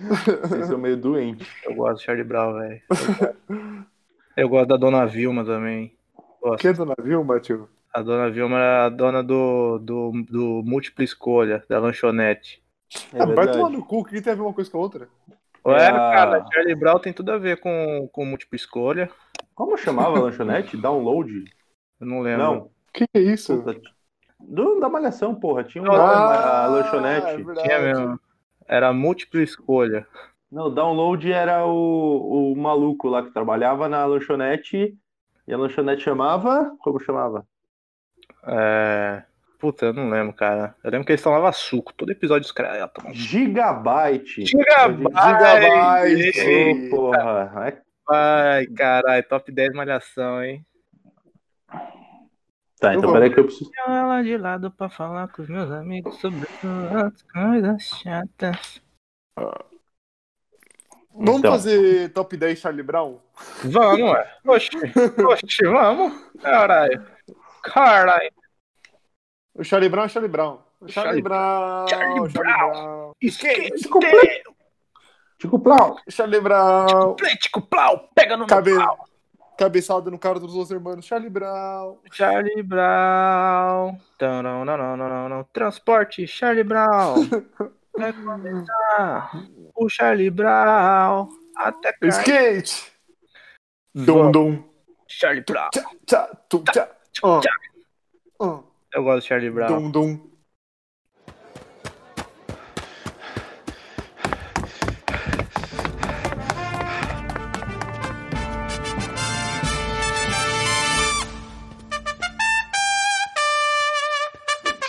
Vocês são meio doentes. Eu gosto do Charlie Brown, velho. Eu gosto da Dona Vilma também. Gosto. Que é Dona Vilma, tio? A Dona Vilma era a dona do, do, do Múltipla Escolha, da lanchonete. É ah, vai verdade. tomar no cu, que tem a ver uma coisa com a outra? Ah. Ué, é, cara, Charlie Brown tem tudo a ver com, com Múltipla Escolha. Como chamava a lanchonete? Download? Eu não lembro. Não. Que é isso? Puta. Do, da Malhação, porra. Tinha uma, Ah, a é lanchonete. verdade. Tinha mesmo. Era Múltipla Escolha. Não, o download era o, o maluco lá que trabalhava na lanchonete. E a lanchonete chamava. Como chamava? É... Puta, eu não lembro, cara. Eu lembro que eles tomavam suco. Todo episódio os caras... "Ah, toma um Gigabyte. Gigabyte! Gigabyte! Ô, porra. É- Ai, caralho, top 10 malhação, hein? Tá, Eu então vou- peraí que eu preciso. Eu ela de lado pra falar com os meus amigos sobre as coisas chatas. Vamos Então. fazer top 10 Charlie Brown? Vamos, ué. Oxi, oxi, vamos. Caralho. Caralho. O Charlie Brown é Charlie Brown. O Charlie, Charlie- Brown, Charlie Charlie Brown. Esquece. Tico Plau. Charlie Brown. Atlético, plau, pega no Cabe... meu pau. Cabeçada no cara dos dois irmãos. Charlie Brown. Charlie Brown. Tarão, não, não, não, não, não. Transporte, Charlie Brown. Vai começar o Charlie Brown. Até cá. Skate. Dum, dum. Charlie Brown. Tchá, tchá, tum, tchá. Ah, ah, Eu gosto do Charlie Brown. Dum, dum.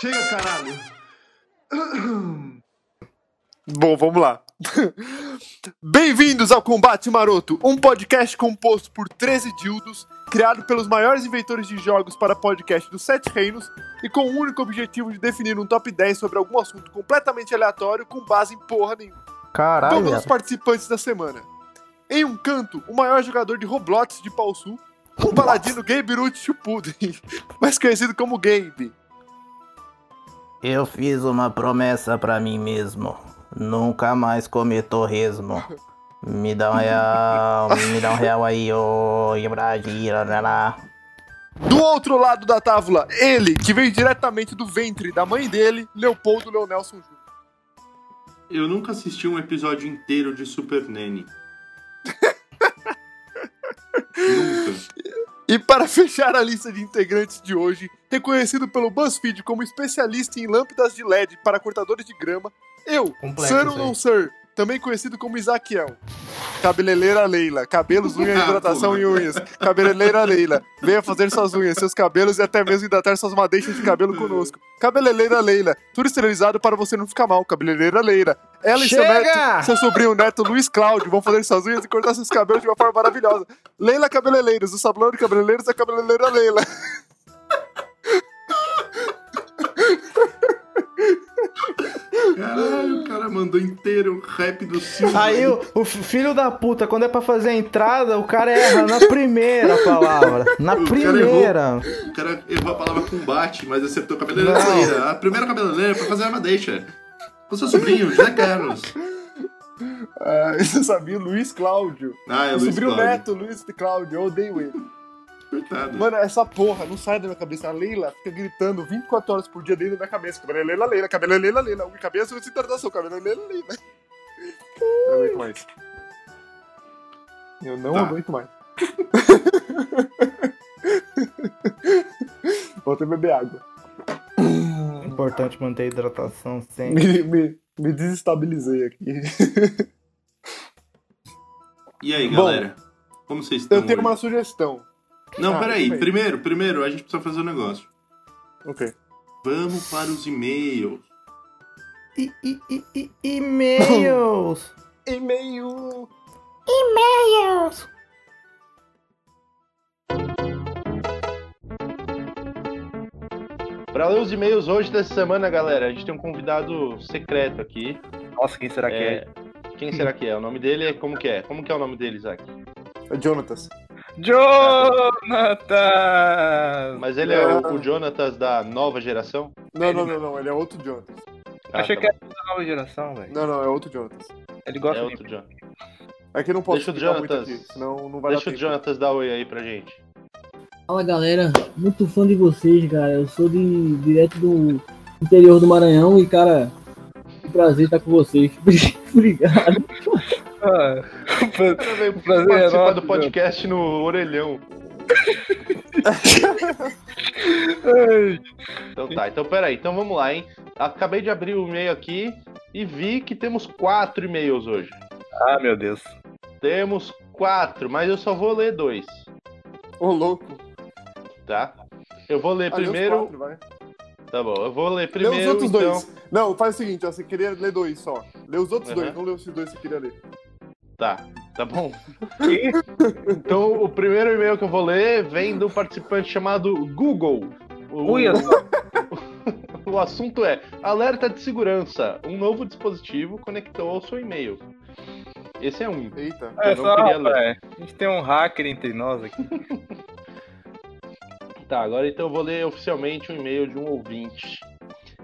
Chega, caralho. Bom, vamos lá. Bem-vindos ao Combate Maroto, um podcast composto por 13 dildos, criado pelos maiores inventores de jogos para podcast dos Sete Reinos e com o único objetivo de definir um top 10 sobre algum assunto completamente aleatório com base em porra nenhuma. Caralho, Vamos aos participantes da semana. Em um canto, o maior jogador de Roblox de Pau Sul, o paladino Gabe Root Chupuden, mais conhecido como Gabe. eu fiz uma promessa pra mim mesmo. Nunca mais comer torresmo. Me dá um real, me dá um real aí, ô, e Brasília, né lá. Do outro lado da tábua, ele, que veio diretamente do ventre da mãe dele, Leopoldo Leonelson Jr. Eu nunca assisti um episódio inteiro de Super Nanny. nunca. E para fechar a lista de integrantes de hoje, reconhecido pelo BuzzFeed como especialista em lâmpadas de LED para cortadores de grama, eu, Complexo Sir isso ou aí. não Sir, também conhecido como Isaquiel. Cabeleireira Leila, cabelos, unhas, Ah, hidratação porra. e unhas. Cabeleireira Leila, venha fazer suas unhas, seus cabelos e até mesmo hidratar suas madeixas de cabelo conosco. Cabeleireira Leila, tudo esterilizado para você não ficar mal. Cabeleireira Leila, ela e seu Chega! neto, seu sobrinho neto Luiz Cláudio vão fazer suas unhas e cortar seus cabelos de uma forma maravilhosa. Leila Cabeleireiros, o sablão de cabeleireiros é a cabeleireira Leila. Caralho, o cara mandou inteiro o rap do Silvio. Aí o, o fi- filho da puta, quando é pra fazer a entrada, o cara erra na primeira palavra. Na O cara primeira. O cara errou a palavra combate, mas acertou cabeleireira. A primeira cabeleireira pra fazer uma deixa. Com seu sobrinho, José Carlos. Ah, você sabia? Luiz Cláudio. Ah, é Eu Luiz Sobrinho Cláudio. neto, Luiz Cláudio, eu odeio ele. Coitado. Mano, essa porra não sai da minha cabeça. A Leila fica gritando 24 horas por dia dentro da minha cabeça. Cabelo é Leila, Leila, cabelo Leila, Leila. Unha cabeça, unha interdação, cabelo é Leila, Leila. Eu não aguento mais. Eu não Tá. aguento mais. Vou até beber água. Importante manter a hidratação sempre. Me, me, me desestabilizei aqui. E aí, Bom, galera? Como vocês estão? Eu tenho uma hoje? sugestão. Não, Ah, peraí. tudo bem. Primeiro, primeiro, a gente precisa fazer um negócio. Ok. Vamos para os e-mails. E, e, e, e, e-mails. E-mail. Pra ler os e-mails hoje dessa semana, galera, a gente tem um convidado secreto aqui. Nossa, quem será que É, é? Quem será que é? O nome dele é como que é? Como que é o nome dele, Isaac? É Jonatas. Jonathan! Ah, Mas ele é o, o Jonatas da nova geração? Não, não, não, não. Ele é outro Jonatas. Achei tá que era da nova geração, velho. Não, não, é outro Jonathan. Ele bom. É gosta de outro Jonathan. É que eu não posso Deixa o explicar muito Jonatas. aqui, senão não vai Deixa o dar tempo. Jonathan dar oi aí pra gente. Fala galera, muito fã de vocês, cara. Eu sou de direto do interior do Maranhão e, cara, é um prazer estar com vocês. Obrigado. Ah, Cara, velho, o prazer é Participar nosso. do podcast no orelhão. Ai, Então tá, então peraí, então vamos lá, hein? Acabei de abrir o e-mail aqui e vi que temos quatro e-mails hoje. Ah, meu Deus. Temos quatro, mas eu só vou ler dois, Ô, louco. tá? Eu vou ler Ah, lê os primeiro. quatro, vai. Tá bom, eu vou ler Lê primeiro. os outros então... dois. Não, faz o seguinte, ó, você queria ler dois só. Lê os outros Aham. dois, não lê os dois que você queria ler. Tá, tá bom? então, o primeiro e-mail que eu vou ler vem do participante chamado Google. O, Ui, eu só- o assunto é alerta de segurança. Um novo dispositivo conectou ao seu e-mail. Esse é um. Eita. é Eu não só, queria ler. rapaz, A gente tem um hacker entre nós aqui. Tá, agora então eu vou ler oficialmente um e-mail de um ouvinte.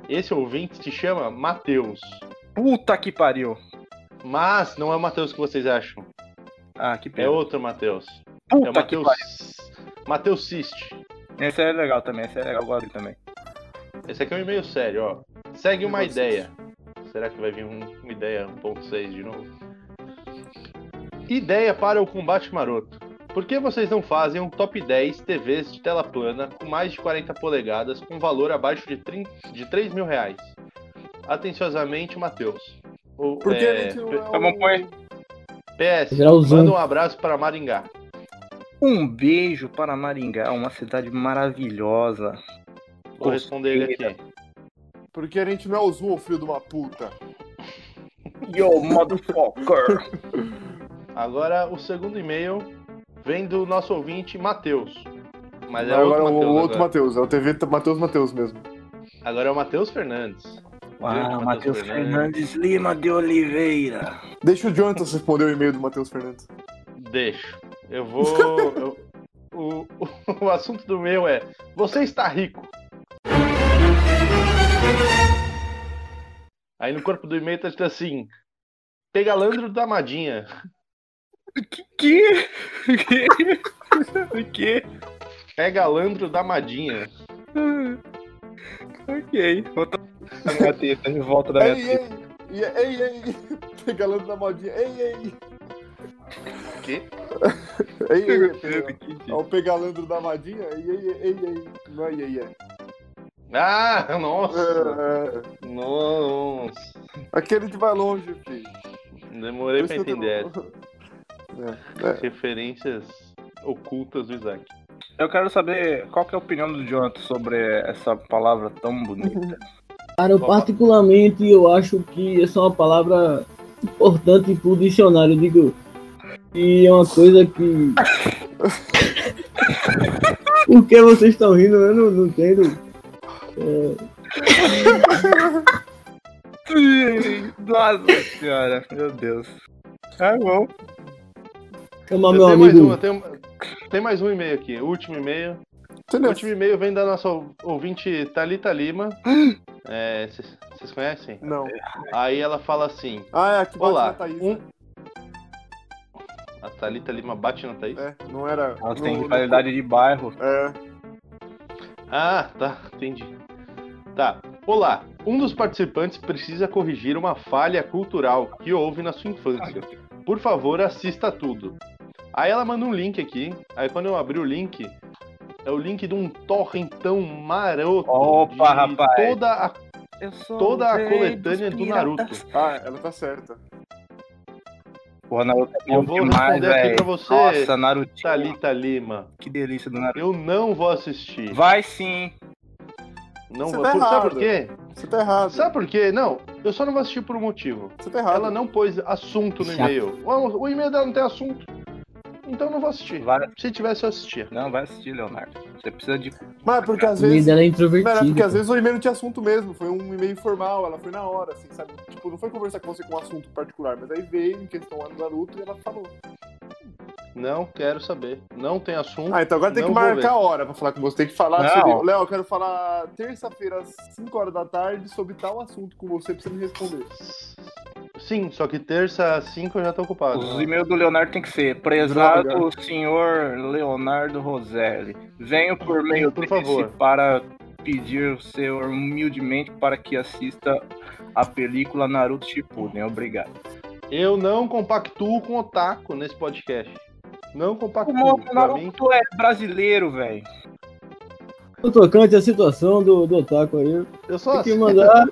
Esse ouvinte se chama Matheus. Puta que pariu. Mas não é o Matheus que vocês acham. Ah, que pena. É outro Matheus. É o Puta que Matheus. pariu. Matheus Sist. Esse é legal também, esse é legal, eu gosto dele também. Esse aqui é um e-mail sério, ó. Segue uma Matheus ideia. Será que vai vir um, uma ideia 1.6 de novo? Ideia para o combate maroto. Por que vocês não fazem um top 10 TVs de tela plana com mais de 40 polegadas com valor abaixo de, 30, de 3 mil reais? Atenciosamente, Matheus. O- Porque é, a gente não é Tá bom, um- põe. PS, Geralzão. manda um abraço para Maringá. Um beijo para Maringá, uma cidade maravilhosa. Vou responder ele aqui. Porque a gente não é o Zoom, filho de uma puta. Yo, motherfucker! Agora, o segundo e-mail vem do nosso ouvinte, Matheus. Mas é Não, outro agora é o Matheus. outro agora. Matheus, é o TV T- Matheus Matheus mesmo. Agora é o Matheus Fernandes. Ah, Grande Matheus Fernandes Lima de Oliveira. Deixa o Jonathan responder o e-mail do Matheus Fernandes. Deixa. Eu vou. eu- o, o, o assunto do meu é: Você está rico. Aí no corpo do e-mail tá escrito assim: Pegalandro da Madinha. Que? Que? que? Pegalandro da Madinha. Ok. Vou tomar minha tá teta, de volta da minha Ei, teta. ei, ei, é, ei, ei, pegalando na modinha. Ei, ei, Quê? ei, ei, ei. Teta, pegalando. que É o pegalandro da madinha? Ei, ei, ei, ei, ei. Não é ei, ei. É, Ah, nossa! é, Nossa! é. Aquele que vai longe, filho. Demorei Por pra isso que eu entender. é. tô- essas Referências ocultas do Isaac. Eu quero saber qual que é a opinião do Jonathan sobre essa palavra tão bonita. Cara, eu particularmente eu acho que essa é uma palavra importante pro dicionário, eu digo. E é uma coisa que. Por que vocês estão rindo? Eu não, não entendo. Nossa senhora, meu Deus. Tá bom. Chamar Eu meu tenho amigo. mais um, eu tenho- tem mais um e-mail aqui, o último e-mail. O Entendeu? último e-mail vem da nossa ouvinte Thalita Lima. É, Vocês vocês conhecem? Não. Aí ela fala assim: Ah, é, aqui bate Olá, na Thaís. um. A Thalita Lima bate na Thaís? É, não era. Ela não- tem não- rivalidade de bairro. É. Ah, tá, entendi. Tá. Olá, um dos participantes precisa corrigir uma falha cultural que houve na sua infância. Por favor, assista tudo. Aí ela manda um link aqui. Aí quando eu abri o link, é o link de um torrentão maroto. Opa, de rapaz. Toda a Eu sou toda a coletânea do Naruto. Ah, ela tá certa. O Naruto é bom Eu vou demais, responder aqui velho. pra você, Tá Nossa, Naruto. Thalita Lima. Que delícia do Naruto. Eu não vou assistir. Vai sim. Não Você vou. tá Por- sabe por quê? errado. Você tá errado. Sabe por quê? Não, eu só não vou assistir por um motivo. Você tá errado. Ela não pôs assunto no Chato. e-mail. O o e-mail dela não tem assunto. Então eu não vou assistir. Vai. Se tivesse, eu assistia. Não, vai assistir, Leonardo. Você precisa de. Mas é porque às O menino vezes. dela Mas é é introvertido. porque às vezes o e-mail não tinha assunto mesmo, foi um e-mail formal, ela foi na hora, assim, sabe? Tipo, não foi conversar com você com um assunto particular, mas aí veio em questão lá no Naruto e ela falou. Não quero saber. Não tem assunto. Ah, então agora tem Não que vou ver. marcar a hora pra falar com você. Tem que falar Não. sobre. Léo, eu quero falar terça-feira, às 5 horas da tarde, sobre tal assunto com você pra você me responder. Sim, só que terça às 5 eu já tô ocupado. Os e-mails do Leonardo tem que ser prezado o senhor Leonardo Roselli. Venho por meio Por desse favor. para pedir o seu humildemente para que assista a película Naruto Shippuden. Obrigado. Eu não compactuo com otaku nesse podcast. Não Como compactuo. o Pra mim, Naruto é brasileiro, velho. No tocante à situação do, do Otaku aí, eu só tem que assisto. mandar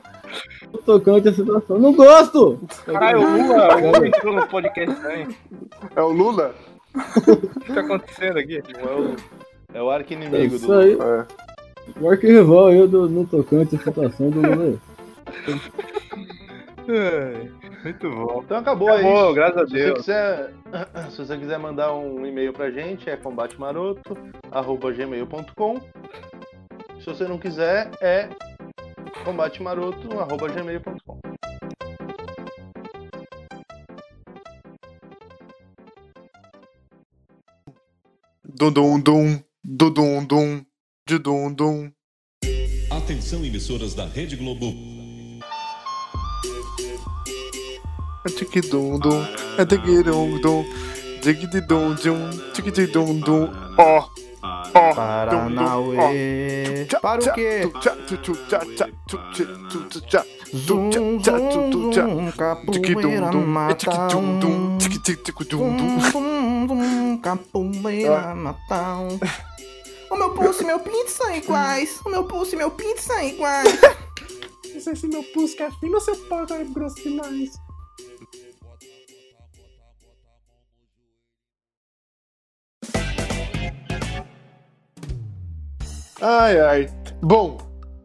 no tocante à situação. Não gosto! Caralho, o Lula, o Lula entrou no podcast também. O É o Lula? que tá acontecendo aqui? Não é o, é o arco É inimigo isso do. aí. É. Mark Rival aí do, no tocante à situação do Lula. Ai, Muito Tá bom. Então acabou, aí. Acabou, graças a Se você, Deus. quiser, se você quiser mandar um e-mail pra gente, é combatemaroto.gmail.com. Se você não quiser, é combatemaroto.gmail.com. Dudum dum, dudum dum, dudum dum. Atenção emissoras da Rede Globo. Tiquidum dum, é tiquidum dum, digididum dum, tiquididum dum. Ó, ó. Paranauê. Para o quê? Zum, zum, zum, capoeira mata um. Zum, zum, zum, capoeira mata um. O meu pulso e meu pinto são iguais. O meu pulso e meu pinto são iguais. Não sei se meu pulso é fino ou seu pau é grosso demais. Ai, ai. Bom,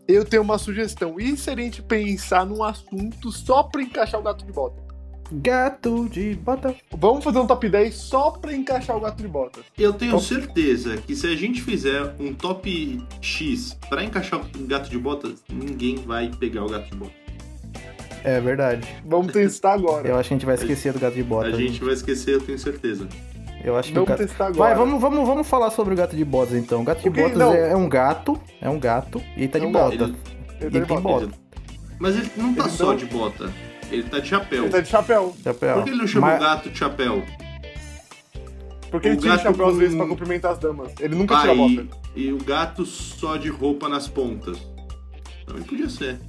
eu tenho uma sugestão. E se a gente pensar num assunto só pra encaixar o gato de bota? Gato de bota. Vamos fazer um top 10 só pra encaixar o gato de bota. Eu tenho certeza que se a gente fizer um top X pra encaixar o gato de bota, ninguém vai pegar o gato de bota. É verdade. Vamos testar agora. Eu acho que a gente vai esquecer do gato de bota. né? A gente vai esquecer, eu tenho certeza. Eu acho que o Vamos gato... testar Vai, agora. vamos, vamos, vamos falar sobre o gato de botas então. O gato de Ok, botas não. é, é um gato, é um gato, e ele tá É de um bota. Ele- Eu tô Ele de tem bota. bota. mas ele não tá Ele só não- de bota, ele tá de chapéu. Ele tá de chapéu. Chapéu. Por que ele não chama Mas- o gato de chapéu? Porque O ele tira o Um gato chapéu às com- vezes pra cumprimentar as damas. Ele nunca tira a bota. Aí, e o gato só de roupa nas pontas. Também podia ser.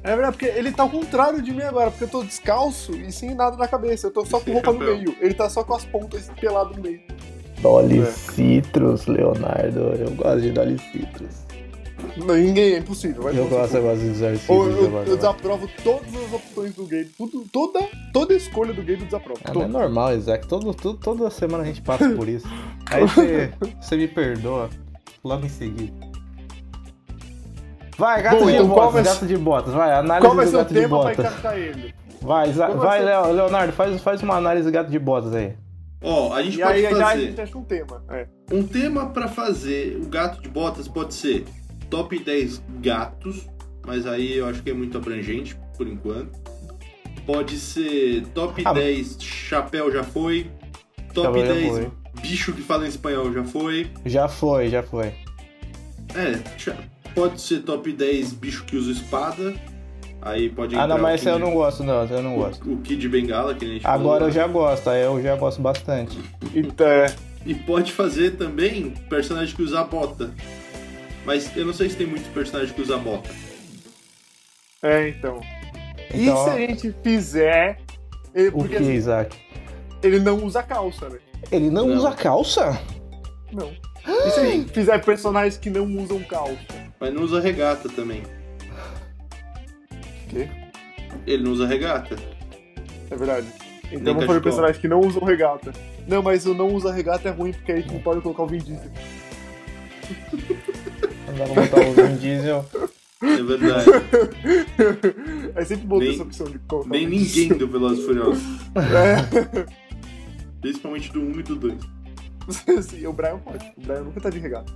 É verdade, porque ele tá ao contrário de mim agora, porque eu tô descalço e sem nada na cabeça. Eu tô só com Sem roupa no chapéu. meio. Ele tá só com as pontas pelado no meio. Dolly É. Citrus, Leonardo. Eu gosto de Dolly Citrus. Não, ninguém, é impossível. Vai tomar no cu. gosto dos exercícios. Ou eu, eu desaprovo todas as opções do game. Tudo, toda, toda escolha do game eu desaprovo. Ah, mas é Toda. normal, Isaac. Todo, todo- toda semana a gente passa por isso. Aí você- você me perdoa logo em seguida. Vai, gato Bom, de então qual vai- botas, gato de botas, vai, análise Qual vai do ser o gato de tema pra botas. encaixar ele? Vai, Isaac, Qual vai vai, ser- Leo- Leonardo, faz, faz uma análise do gato de botas aí. Ó, a gente E pode aí, já a fazer. gente acha um tema. É. Um tema pra fazer o gato de botas pode ser top 10 gatos, mas aí eu acho que é muito abrangente por enquanto. Pode ser top Ah, mas- 10 chapéu já foi, top Chapéu Tá já 10 foi. bicho que fala em espanhol já foi. Já foi, já foi. É, cha- pode ser top 10 bicho que usa espada. Aí pode Ah, entrar não, o mas esse Kid- eu não gosto, não, esse eu não gosto. O, o Kid Bengala, que nem a gente Agora falou. eu já gosto, aí eu já gosto bastante. Então, é. E pode fazer também personagem que usa bota. Mas eu não sei se tem muito personagem que usa bota. é, então. E Então, se a gente fizer. Ele, o que, porque assim, Isaac? ele não usa calça, né? Ele não, Não. usa calça? Não. E se a gente fizer personagens que não usam é calça? Mas não usa regata também. Quê? Ele não usa regata. É verdade. Então Nem vamos fazer cachecol. personagens que não usam regata. Não, mas o não usa regata é ruim, porque aí tu não pode colocar o Vin Diesel. Não dá pra botar o Vin Diesel. É verdade. é sempre bom ter Nem- essa opção de colocar. Nem o Vin Diesel. ninguém do Velozes e Furiosos. É, Principalmente do 1 e do 2. É, sim, o Brian pode. O Brian nunca tá de regata.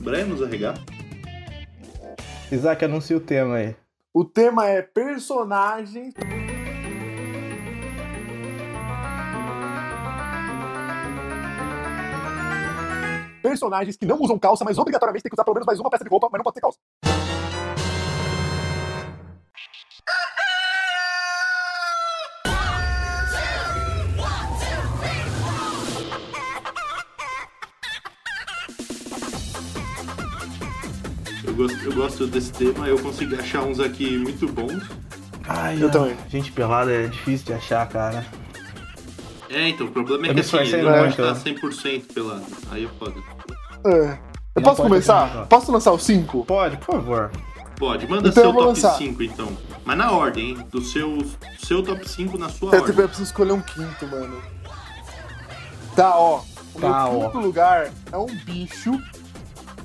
Brian não usa regata? Isaac, anuncia o tema aí. O tema é personagens. personagens que não usam calça, mas obrigatoriamente tem que usar pelo menos mais uma peça de roupa, mas não pode ter calça. Eu gosto, eu gosto desse tema, eu consegui achar uns aqui muito bons. Ai, Eu ai, também. Gente pelada é difícil de achar, cara. É, então, o problema Eu é que me assim, ele esforcei não muito, tá né? 100% pela... Aí é foda. É. Não Eu posso pode começar? ter. Posso lançar o 5? Pode, por favor. Pode, manda Então eu seu vou top lançar. 5, então. Mas na ordem, hein? Do seu, seu top 5 na sua Eu ordem. preciso escolher um quinto, mano. Tá, ó. O Tá, meu ó. quinto lugar é um bicho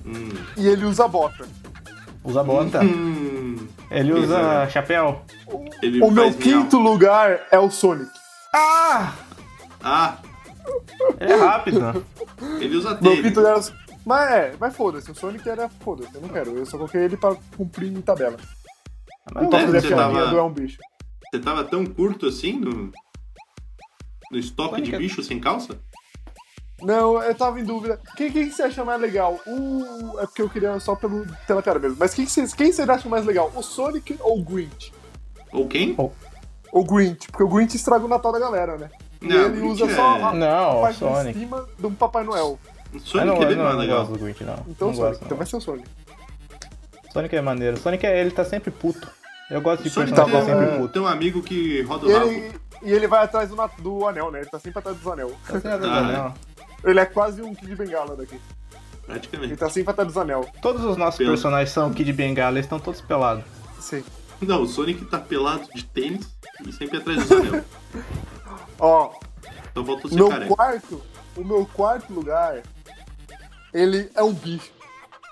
Hum. e ele usa bota. Usa bota. Hum. Ele usa né? chapéu. Ele O meu faz miau. quinto lugar é o Sonic. Ah! Ah, Ele é rápido. ele usa Meu tênis. quinto lugar é o... Mas é, mas foda-se, o Sonic era foda-se, eu não quero. Eu só coloquei ele pra cumprir em tabela. Mas Pra Deve fazer a ser piadinha Ah, tava- do é um bicho. Você tava tão curto assim no, no estoque de Olha que- bicho sem calça? Não, eu tava em dúvida. Quem, quem que você acha mais legal? O... É porque eu queria só pelo... pela cara mesmo. Mas quem que vocês quem vocês acham mais legal? O Sonic ou o Grinch? Ou quem? O Grinch, porque o Grinch estraga o Natal da galera, né? E ele Grinch usa só é- a Não, o parte Sonic. de cima de um Papai Noel. Ah, Sonic não, ele é não, mais não legal. gosto do Grinch, não. Então não o Sonic, gosto, então não. vai ser o Sonic. Sonic é maneiro. Sonic é ele tá sempre puto. Eu gosto de Sonic personagem que tá tem, sempre um, puto. tem um amigo que roda E o rabo. ele, e ele vai atrás do, na- do anel, né? Ele tá sempre atrás dos anel. Tá sempre atrás do Ah, anel. Ele é quase um Kid Bengala daqui. Ele Praticamente. tá sempre atrás dos anel. Todos os nossos Pelo- personagens são Kid Bengala, eles estão todos pelados. Sim. Não, o Sonic tá pelado de tênis e sempre atrás do anel. Ó, Então volta a ser meu careca. quarto, o meu quarto lugar, ele é um bicho.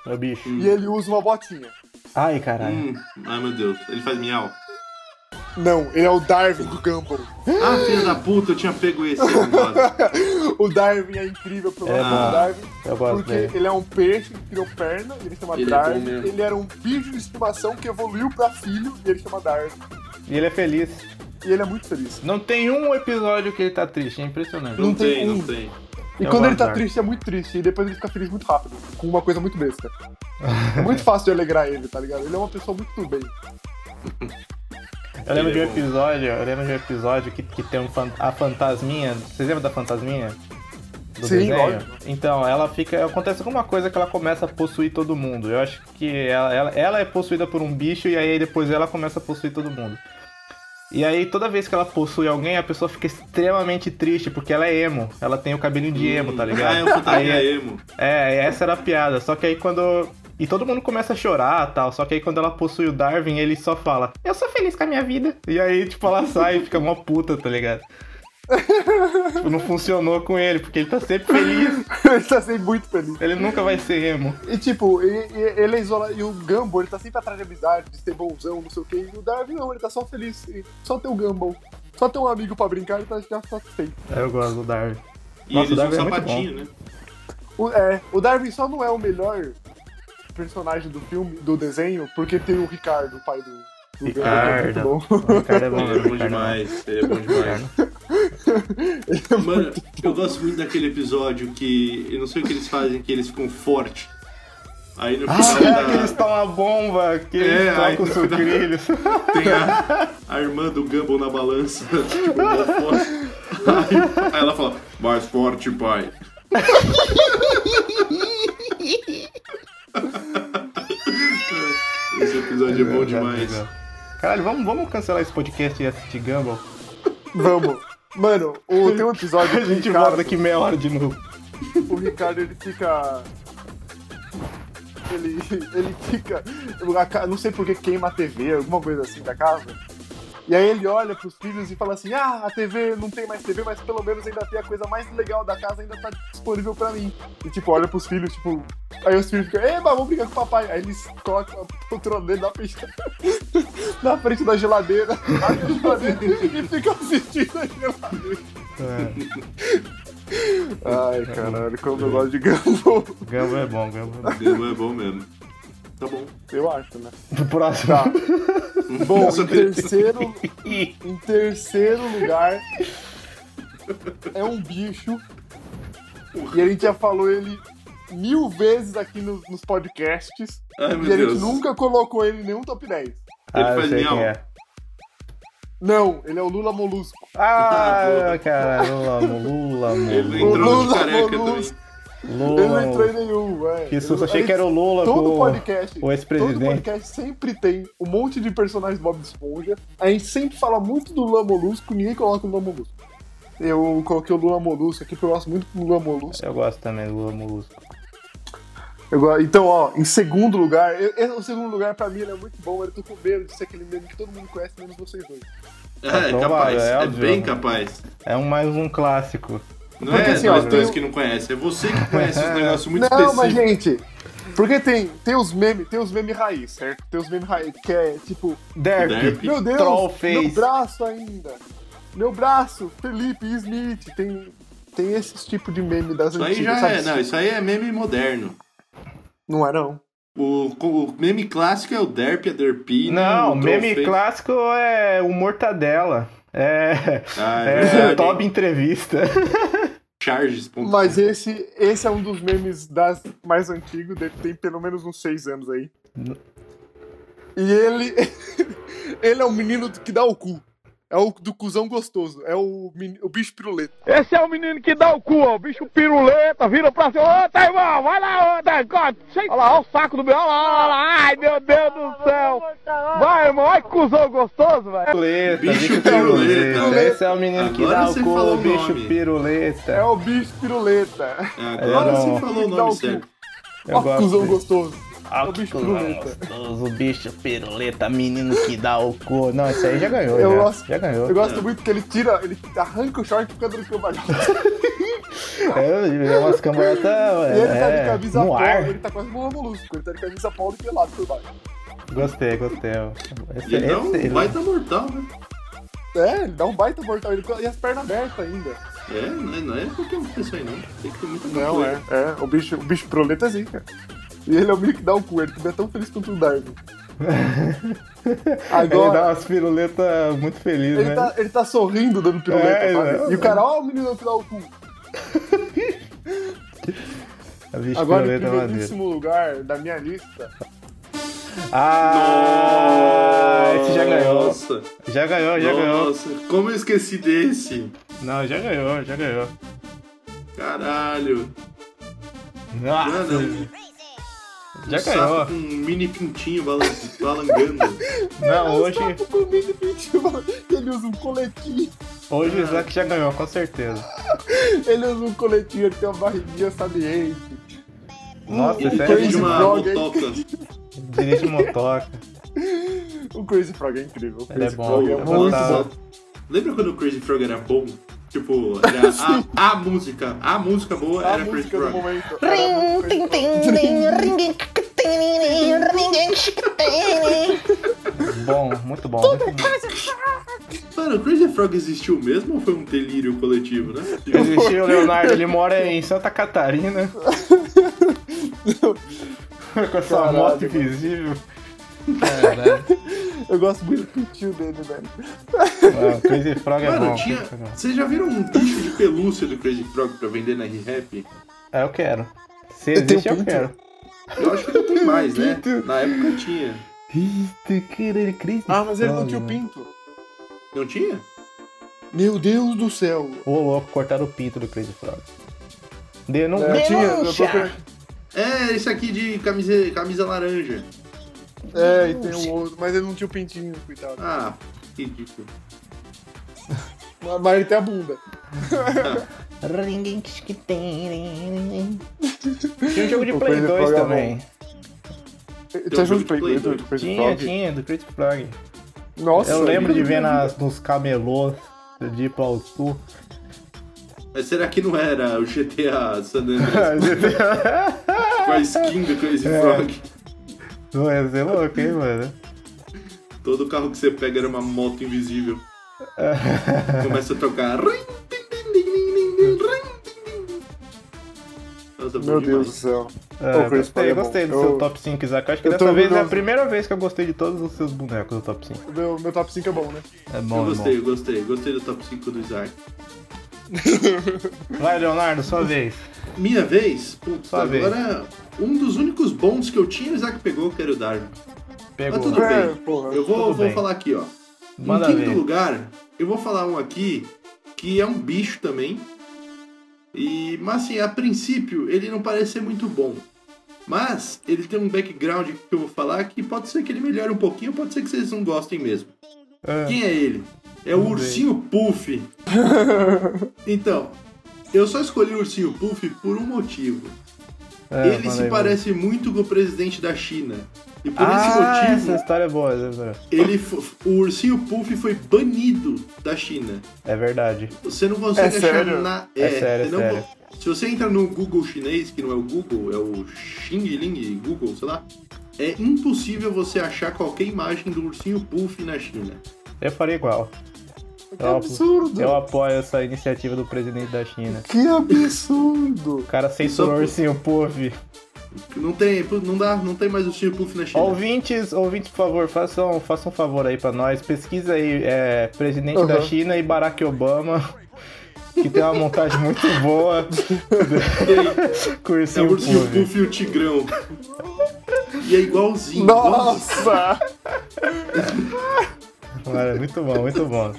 É o bicho. Hum. E ele usa uma botinha. Ai, caralho. Hum, ai meu Deus, ele faz miau. Não, ele é o Darwin do Gumball. Ah, filha da puta, eu tinha pego esse. arrombado. O Darwin é incrível pelo É, nome do mano. Darwin, Eu gosto porque dele. ele é um peixe que criou perna, ele chama Ele é bom Darwin. mesmo. ele era um bicho de estimação que evoluiu pra filho e ele chama Darwin. E ele é feliz. E ele é muito feliz. Não tem um episódio que ele tá triste, é impressionante. Não Não tem tem, não um. tem. E Eu quando ele gosto tá da triste, é muito triste. E depois ele fica feliz muito rápido. Com uma coisa muito besta. É muito fácil de alegrar ele, tá ligado? Ele é uma pessoa muito bem. Eu lembro de Ele é um bom. episódio, eu lembro de um episódio que, que tem um fan- a fantasminha. Vocês lembram da fantasminha? Do Sim, desenho? lógico. Então, ela fica. Acontece alguma coisa que ela começa a possuir todo mundo. Eu acho que ela, ela, ela é possuída por um bicho e aí depois ela começa a possuir todo mundo. E aí, toda vez que ela possui alguém, a pessoa fica extremamente triste, porque ela é emo. Ela tem o cabelinho de emo, tá ligado? Ah, eu fantasia Aí- emo. É, essa era a piada. Só que aí quando. E todo mundo começa a chorar tal. Só que aí quando ela possui o Darwin, ele só fala: Eu sou feliz com a minha vida. E aí, tipo, ela sai e fica mó puta, tá ligado? tipo, não funcionou com ele, porque ele tá sempre feliz. ele tá sempre muito feliz. Ele nunca vai ser emo. E tipo, e- e- ele é isolado. E o Gumball, ele tá sempre atrás de amizade, de ser bonzão, não sei o quê. E o Darwin não, ele tá só feliz. E Só tem o Gumball. Só tem um amigo pra brincar, ele tá já satisfeito. É, Eu gosto do Darwin. E Nossa, ele o usa um Darwin é muito sapatinho, né? O, é, o Darwin só não é o melhor personagem do filme, do desenho, porque tem o Ricardo, o pai do. do Gumball, que é muito Ricardo. bom. O cara é bom, Ele é bom o cara é demais, ele é bom demais. né? Mano, eu gosto muito daquele episódio que. Eu não sei o que eles fazem, que eles ficam fortes. Aí no Ah, final é, que eles da, estão uma bomba, que É, eles aí- tocam os sucrilhos. tem a, a irmã do Gumball na balança, tipo, mó forte. Aí, aí ela fala, mais forte, pai. Esse episódio é bom demais. Caralho, vamos, vamos cancelar esse podcast e assistir Gumball? Vamos. Mano, o, tem um episódio. A que o gente volta Ricardo- daqui meia hora de novo. o Ricardo ele fica. Ele, ele fica. a ca- Não sei por que queima a TV, alguma coisa assim da casa. E aí ele olha pros filhos e fala assim: Ah, a TV não tem mais TV, mas pelo menos ainda tem a coisa mais legal da casa, ainda tá disponível pra mim. E tipo, olha pros filhos, tipo. Aí os filhos ficam, eba, vamos brigar com o papai. Aí eles colocam a poltrona dele na frente, na frente da geladeira, abre a geladeira e ficam assistindo a geladeira. É, Ai, caralho, como eu gosto de Gumball. Gumball é bom, Gumball é Gumball é bom mesmo. Tá bom. Eu acho, né? bom. Próximo. Tá. Bom, em terceiro, Ih, em terceiro lugar é um bicho. E a gente já falou ele mil vezes aqui no- nos podcasts Ai, meu e a gente Deus. nunca colocou ele em nenhum top 10. Ah, eu faz sei miau. quem é. Não, ele é o Lula Molusco. Ah, cara, Lula, Lula, Ele Lula, O entrou de Lula careca Molusco. também. Ele não entrou em Lula. nenhum, é. Que susto, Eu- achei a que era o Lula Todo com podcast, o todo ex-presidente. podcast sempre tem um monte de personagens do Bob Esponja. A gente sempre fala muito do Lula Molusco, ninguém coloca o Lula Molusco. Eu coloquei o Lula Molusco aqui, porque eu gosto muito do Lula Molusco. Eu gosto também do Lula Molusco. Eu go- então, ó, em segundo lugar, eu- eu- o segundo lugar pra mim ele é muito bom, eu tô com medo de ser aquele meme que todo mundo conhece, menos vocês dois. Ah, É, Tá capaz. tomado, é É, óbvio, bem né? capaz. É um, mais um clássico. Não Porque é assim, nós ó, dois tem- que não conhece. É você que conhece um negócio muito Não, mas específico. gente, porque tem, tem os memes, tem os memes raiz, certo? Tem os memes raiz, que é tipo, Derp. Derp. Meu Deus, Troll meu face. braço ainda. Meu braço, Felipe Smith. Tem, tem esses tipo de meme das Isso aí antigas, já sabe? é. Não, isso aí é meme moderno. Não é não. O, o meme clássico é o Derp, a Derpina. Não, o meme Trollface. clássico é o Mortadela. É, Ah, é, é verdade. Top Entrevista. Charges. ponto com. Mas esse, esse é um dos memes das mais antigos, deve tem pelo menos uns seis anos aí. E ele. ele é o menino que dá o cu. É o do cuzão gostoso. É o, meni- o bicho piruleta. Esse é o menino que dá o cu, ó. O bicho piruleta, vira pra cima. Ô, tá irmão, vai lá, ô, tá, ó, sem- Olha lá, olha o saco do meu. Olha lá, olha lá. Ai, meu Deus do céu. Vai, irmão, olha que cuzão gostoso, velho. Piruleta, Bicho bicho piruleta. piruleta. Esse é o menino que Agora dá você o falou cu, o bicho nome. É piruleta. o bicho piruleta. Ah, Agora É, não. você falou o Dá o nome cu. certo. Eu Ó, gosto. cuzão dele. gostoso. É Ah, o bicho cuzão piruleta. gostoso, o bicho piruleta, menino que dá o cu. Não, esse aí já ganhou. Eu já, gosto- já ganhou. Eu gosto muito que ele tira, ele arranca o short por causa do cambalhota. É, é umas cambalhotas. E ele tá de É, camisa no polo, ar. ele tá quase um molusco, ele tá de camisa polo e pelado por baixo. Gostei, gostei. ó. Esse, Ele dá esse- um baita mortal, né? É, ele dá um baita mortal, ele, e as pernas abertas ainda. É, não é, não é qualquer um isso aí, não. Tem que ter muita Não, é, cultura. é, o bicho, o bicho proleta é zica. E ele é o meio que dá o cu, ele também é tão feliz quanto o Darwin. Ele dá Agora, umas piruletas muito felizes, ele né? tá, ele tá sorrindo dando piruleta, É, sabe? ele- E o cara, ó o menino que dá o cu. A bicho Agora, piruleta em é maneiro. primeiríssimo lugar da minha lista, Ah, esse já ganhou. Nossa, Já ganhou, já ganhou. nossa, como eu esqueci desse? Não, já ganhou, já ganhou. Caralho. Nossa, Ah, Mano, já um sapo ganhou. com um mini pintinho balan- balangando. Não, hoje, Sapo com mini pintinho, ele usa um coletinho, hoje o Isaac já ganhou, com certeza. ele usa um coletinho, ele tem uma barriguinha saliente. Nossa, Ele esse Crazy dirige é uma Frog, hein? motoca. dirige motoca. O Crazy Frog é incrível. O Ele é Crazy bom. Frog é ele muito tá- bom. Lembra quando o Crazy Frog era bom? Tipo, era a, a música. A música boa A era Crazy música do Frog. momento. Ring, Era ting, muito Crazy ting, ting, ring, ting, ting, ring, ting, ting. Bom, muito bom. muito bom. Mano, o Crazy Frog existiu mesmo ou foi um delírio coletivo, né? Existiu o Leonardo, ele mora em Santa Catarina. com essa Caralho, moto mano. invisível. Caralho. Frog. Eu gosto muito do pintinho dele, velho. Ah, Crazy Frog é bom. Mano, Crazy tinha. Frog é bom. Vocês já viram um bicho de pelúcia do Crazy Frog pra vender na R-Rap? Ah, eu quero. Se Eu tenho um existe, eu pinto. quero. Eu acho que não tem mais, né? Na época tinha. Ah, mas ele não tinha o pinto. Não tinha? Meu Deus do céu. Ô, louco, cortaram o pinto do Crazy Frog. Denu... É, tinha, eu tô É, esse aqui de camisa, camisa laranja. com- é, e tem o outro, mas ele não tinha o pintinho, coitado. Ah, ridículo. Mas- Mas ele tem a bunda. Ring, ting, ting, ring, ting. Tinha um jogo de O Play Crazy 2 Frog é também. Te ajuda o Play Play do Crazy Tinha, Frog? tinha, do Crazy Frog. Nossa, eu lembro de ele- ver nas, nos camelôs de Plautu. Mas será que não era o GTA San Andreas com a skin do Crazy Frog? é- Não ia ser louco, hein, mano? Todo carro que você pega era uma moto invisível. Começa a tocar. Rim, tim, tim, tim, tim, tim, rim, tim, tim, tim. Nossa, bom Meu demais. Deus do céu. Ah, Ô, Crazy Frog gostei, é bom. gostei do Eu- seu top 5, Isaac. Acho que eu tô dessa vez é a orgulhoso. primeira vez que eu gostei de todos os seus bonecos do top 5. Meu, meu top 5 é bom, né? É Eu bom, é bom. gostei, eu gostei. Gostei do top 5 do Isaac. Vai, Leonardo, sua vez. Minha vez? Putz, Sua vez. agora um dos únicos bons que eu tinha, o Isaac pegou, que era o Darwin. Pegou. Mas tudo É, bem. porra. Eu vou, Tudo vou bem. falar aqui, ó. Manda em quinto ver. lugar, eu vou falar um aqui que é um bicho também. E, mas assim, a princípio ele não parece ser muito bom. Mas ele tem um background que eu vou falar que pode ser que ele melhore um pouquinho, pode ser que vocês não gostem mesmo. Ah. Quem é ele? É o Não Ursinho Puff. então, eu só escolhi o Ursinho Puff por um motivo. É, ele manda se aí, parece muito com o presidente da China. E por Ah, esse motivo, essa história é boa, essa história. ele fo- o ursinho Puff foi banido da China. É verdade. Você não consegue É achar sério? na É sério, você é não sério. co- Se você entra no Google chinês, que não é o Google, é o Xing Ling Google, sei lá, é impossível você achar qualquer imagem do ursinho Puff na China. Eu faria igual. Que Eu- absurdo! Eu apoio essa iniciativa do presidente da China. Que absurdo! O cara censurou o Só- ursinho Puff. Não tem, não dá, não tem mais ursinho Puff na China. Ouvintes, ouvintes, por favor, façam, façam um favor aí pra nós. Pesquisa aí, é, presidente da Uhum. China e Barack Obama. Que tem uma montagem muito boa. É o É um Cursinho ursinho Puff. Puff e o tigrão. e é igualzinho. igualzinho. Nossa! Cara, é muito bom, muito bom.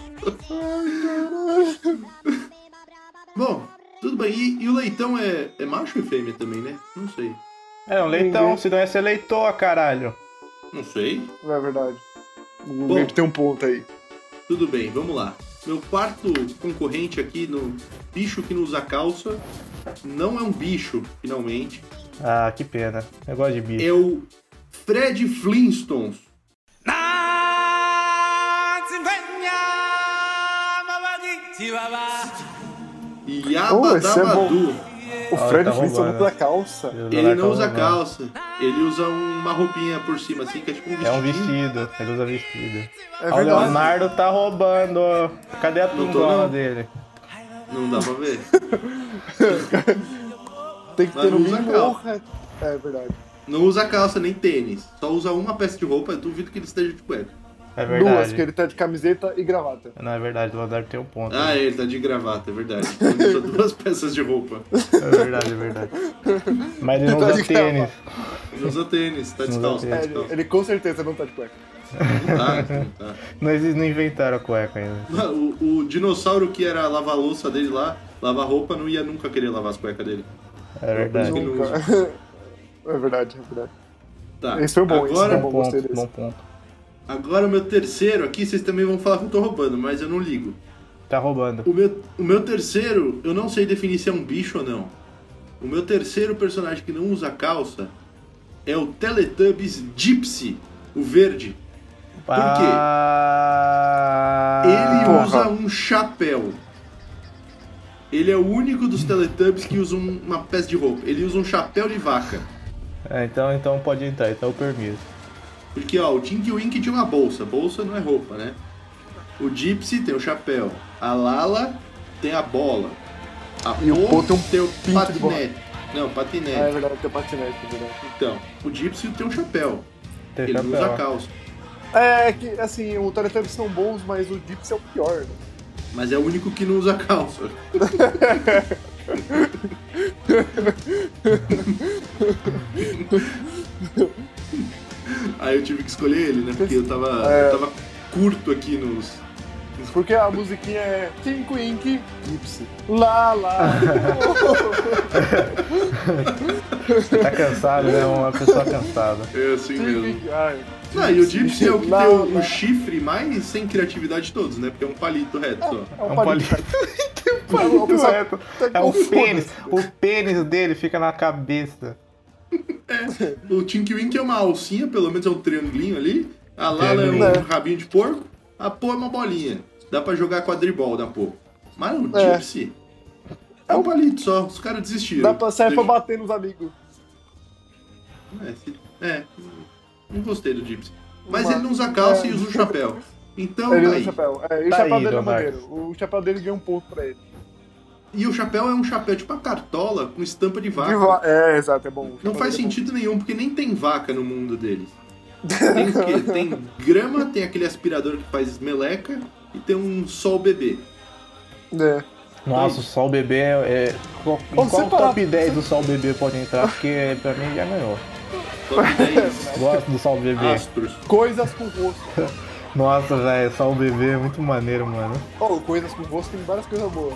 Bom, tudo bem. E, e o leitão é, é macho e fêmea também, né? Não sei. É um leitão, se não é ser leitoa, caralho. Não sei. Não é verdade. O Bom. Gabe tem um ponto aí. Tudo bem, vamos lá. Meu quarto concorrente aqui no bicho que não usa calça não é um bicho, finalmente. Ah, que pena. Eu gosto de bicho. É o Fred Flintstones. Oh, esse é bom. Yabadabadu. O Ah, Fred tá Flintstone roubando. não usa calça. ele tá não usa calça. Ele usa uma roupinha por cima, assim, que é tipo um É vestido. um vestido, ele usa vestido. É Ó, o verdade. Leonardo tá roubando. Cadê a Não tô, tungona não. dele? Não dá pra ver. Tem que Mas ter no não usa mínimo calça. honra. É verdade. Não usa calça nem tênis. Só usa uma peça de roupa. Eu duvido que ele esteja de cueca. É Duas, verdade. que ele tá de camiseta e gravata. Não, é verdade, o Leonardo tem um ponto. Ah, é, ele tá de gravata, é verdade. Ele usa duas peças de roupa. É verdade, é verdade. Mas ele não Tá usa de tênis. Ele usa tênis, tá usa descalço, tá É, ele, descalço. ele com certeza não tá de cueca. Não tá, não tá. Não, eles não inventaram a cueca ainda. O, o dinossauro que era lavar a louça dele lá, lavar roupa, não ia nunca querer lavar as cuecas dele. É verdade. Ele não Nunca. É verdade, é verdade. Tá. Esse foi bom, esse agora, foi Bom bom, gostei ponto, bom desse. ponto. agora o meu terceiro aqui, vocês também vão falar que eu tô roubando, mas eu não ligo. Tá roubando. O meu, o meu terceiro, eu não sei definir se é um bicho ou não. O meu terceiro personagem que não usa calça é o Teletubbies Gypsy, o verde. Por quê? Ah... Ele porra. usa um chapéu. Ele é o único dos Teletubbies que usa um- uma peça de roupa. Ele usa um chapéu de vaca. É, então, então pode entrar, então eu permito. Porque, ó, o Tinky Wink tinha uma bolsa. Bolsa não é roupa, né? O Gypsy tem o chapéu. A Lala tem a bola. A E o Po tem um o de patinete. Não, patinete. Ah, é verdade, tem patinete, é verdade. Então, o Gypsy tem um chapéu. Tem Ele não usa chapéu. calça. É que, assim, o Teletubbies são bons, mas o Dips é o pior. Né? Mas é o único que não usa calça. Aí eu tive que escolher ele, né? Porque eu tava, É. eu tava curto aqui nos. Porque a musiquinha é Tinko Ink, Dips. Lá, lá. Tá cansado, né? Uma pessoa cansada. É assim Tinko mesmo. Ink. Ai, Não, e o Gypsy é o que Lá, tem o, lá. o chifre mais sem criatividade de todos, né? Porque é um palito reto só. é um um palito. É um palito pessoal reto. tá É o confuso. pênis. O pênis dele fica na cabeça. O Tinky Wink é uma alcinha, pelo menos é um triangulinho ali. A Lala é um Triangulinho. rabinho de porco. A Pô é uma bolinha. Dá pra jogar quadribol da Pô. Mas o É. Gypsy é um palito só. Os caras desistiram. Dá pra sair pra Deixa- bater nos amigos. É, se- é, não gostei do Gypsy. Mas Uma- ele não usa calça é. e usa um chapéu. Então, Ele tá usa aí. chapéu. É, e o Tá chapéu aí, dele é Leonardo. maneiro. O chapéu dele ganha um ponto pra ele. E o chapéu é um chapéu tipo a cartola com estampa de vaca. De va- É, exato, é bom. O chapéu Não faz dele é bom. sentido nenhum, porque nem tem vaca no mundo deles. Tem, o quê? tem grama, tem aquele aspirador que faz meleca e tem um sol bebê. É. Nossa, o Sol Bebê é. é... Qual, Vamos qual separar. top 10 do Sol Bebê pode entrar? Porque pra mim já ganhou. Top 10 Gosto do Sol Bebê. é Ah. astros. Coisas com rosto. Nossa, velho, Sol Bebê é muito maneiro, mano. Oh, coisas com rosto tem várias coisas boas.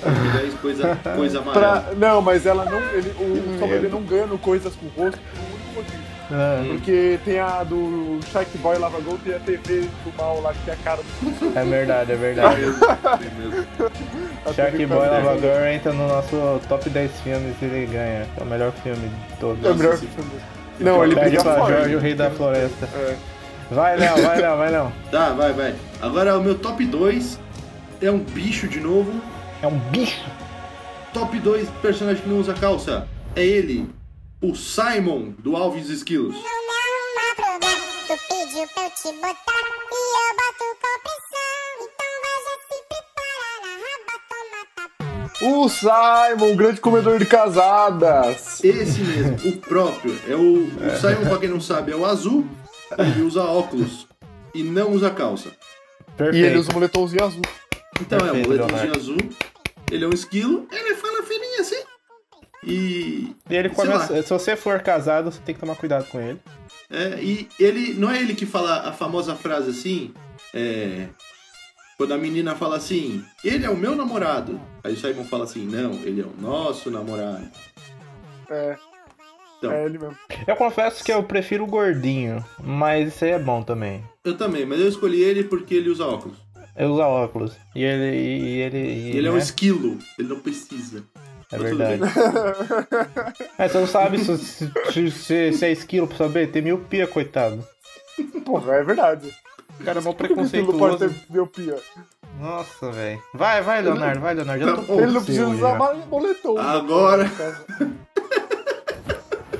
Top 10 coisa, coisa Ah, amarela. é. Pra... Não, mas ela não. Ele, Hum, o Sol Bebê não ganha no coisas com rosto por um único motivo. Ah, Porque tem a do Shark Boy Lava Gold e a TV do mal lá que tem a cara do. É verdade, é verdade. Tem mesmo. a Shark TV Boy tá- Lava Girl entra no nosso top 10 filmes e ele ganha. É o melhor filme de todos. É o melhor Nossa, que esse- Não, ele Pede briga pra fora. Jorge, o rei da floresta. É. Vai, Léo, vai, Léo, vai, Léo. Tá, vai, vai. Agora o meu top 2 é um bicho de novo. É um bicho. Top 2 personagem que não usa calça. É ele, o Simon do Alves Esquilos. Tu pediu pra eu te botar e eu boto compressão. Então vai já se preparar na raba, toma tapa. O Simon, grande comedor de casadas. Esse mesmo, o próprio. É o, o Simon, pra quem não sabe, é o azul. Ele usa óculos e não usa calça. Perfeito. E ele usa um moletomzinho azul. Então é um Perfeito, boletomzinho Leonardo. azul. Ele é um esquilo. Ele fala fininho assim. E, E ele Sei começa. lá. Se você for casado, você tem que tomar cuidado com ele. É, e ele. Não é ele que fala a famosa frase assim. É, quando a menina fala assim, ele é o meu namorado. Aí o Simon fala assim, não, ele é o nosso namorado. É. Então. É ele mesmo. Eu confesso que eu prefiro o gordinho, mas isso aí é bom também. Eu também, mas eu escolhi ele porque ele usa óculos. Eu uso óculos. E ele. E, e ele, e, ele é um né? esquilo, ele não precisa. É Mas tudo verdade. bem. É, você não sabe se, se, se- se é esquilo pra saber? Tem miopia, coitado. Porra, é verdade. O cara é mal Por que o Bilu pode preconceituoso. ter miopia? Nossa, velho. Vai, vai, Leonardo, vai, Leonardo. Já tô Não, pouco Ele não precisa hoje, usar já. mais moletom. Ah. Agora.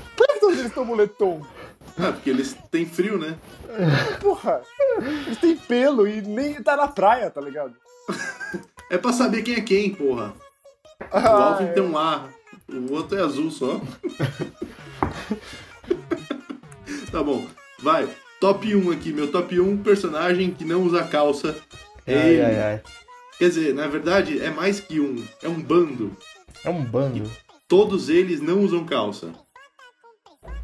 Por que todos eles estão moletom? Ah, porque eles têm frio, né? Porra, eles têm pelo e nem tá na praia, tá ligado? É pra saber quem é quem, porra. O Alvin tem um A, o outro é azul só. tá bom, vai. Top 1 aqui, meu top 1 personagem que não usa calça. É Ai, ele. ai, ai. Quer dizer, na verdade é mais que um, é um bando. É um bando. Todos eles não usam calça.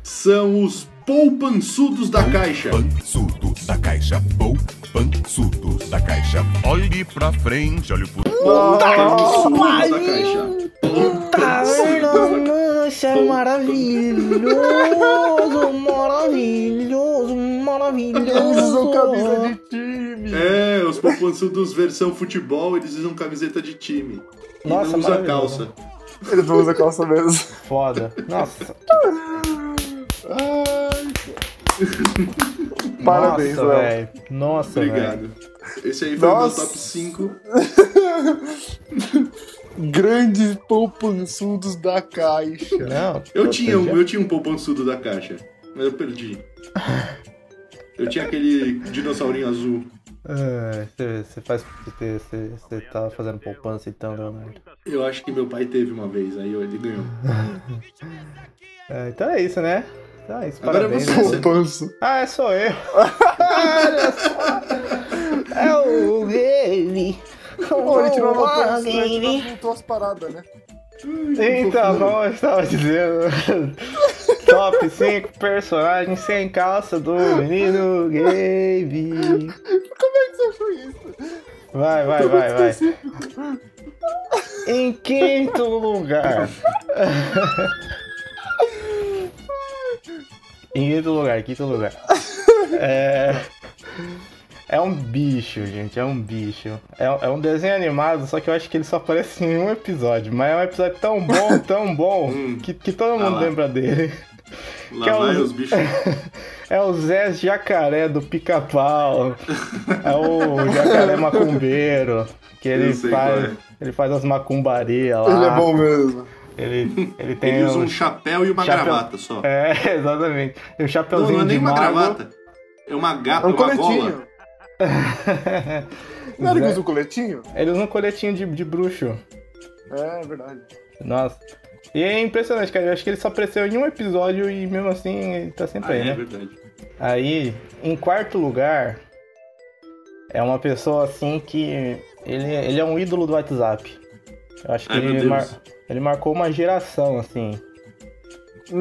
São os poupançudos da caixa. Pansudo da caixa, pou, pansudo da caixa. Olhe pra frente, olhe pro. Poupançudos da caixa. Tá Tá Poupançudos da Nossa, é Pô. maravilhoso, maravilhoso, Eles usam camisa maravilhoso. de time. É, os poupançudos versão futebol, eles usam camiseta de time. E Nossa, não usa maravilhoso. calça. tá Eles não usam calça mesmo. Foda. Nossa. Parabéns, Nossa, Léo. velho. Nossa, velho. Obrigado. Esse aí foi o meu Nossa. top 5. Grandes poupançudos da caixa. Não, Eu puta, tinha, um, já- eu tinha um poupançudo da caixa, mas eu perdi. Eu tinha aquele dinossaurinho azul. Ah, Você você faz. Você, você, você tá fazendo poupança então, Leonardo. Eu acho que meu pai teve uma vez, aí ele ganhou. É, então é isso, né? Então é isso, Agora parabéns. você. né? Poupança. Ah, sou eu. Olha só. É o ele. Pô, ele tirou a Ah, poupança, né? Ele baby. montou as paradas, né? Então, como eu estava dizendo, top 5 personagens sem calça do menino Gabe. Como é que você achou isso? é Vai, vai, vai, vai. Em quinto lugar. em quinto lugar, quinto lugar. É. É um bicho, gente, é um bicho. É, é um desenho animado, só que eu acho que ele só aparece em um episódio. Mas é um episódio tão bom, tão bom, que, que todo mundo lá. lembra dele. Lá que é vai o- os bichos. É o Zé Jacaré do Pica-Pau. É o Jacaré Macumbeiro. Que ele Eu sei faz. qual é. Ele faz as macumbarias lá. Ele é bom mesmo. Ele, ele tem Ele usa um- um chapéu e uma chapéu. gravata só. É, exatamente. Tem um Não, chapeuzinho não é de nem uma mago. gravata. É uma É gata, um uma gola. coletinho. Não Né? era que usa o coletinho? Ele usa um coletinho de, de bruxo. É, é verdade. Nossa. E é impressionante, cara. Eu acho que ele só apareceu em um episódio e mesmo assim ele tá sempre Ah, aí, é né? verdade. Aí, em quarto lugar, é uma pessoa assim que. Ele, ele é um ídolo do WhatsApp. Eu acho que Ai, meu ele, Deus. mar- ele marcou uma geração, assim. Ah,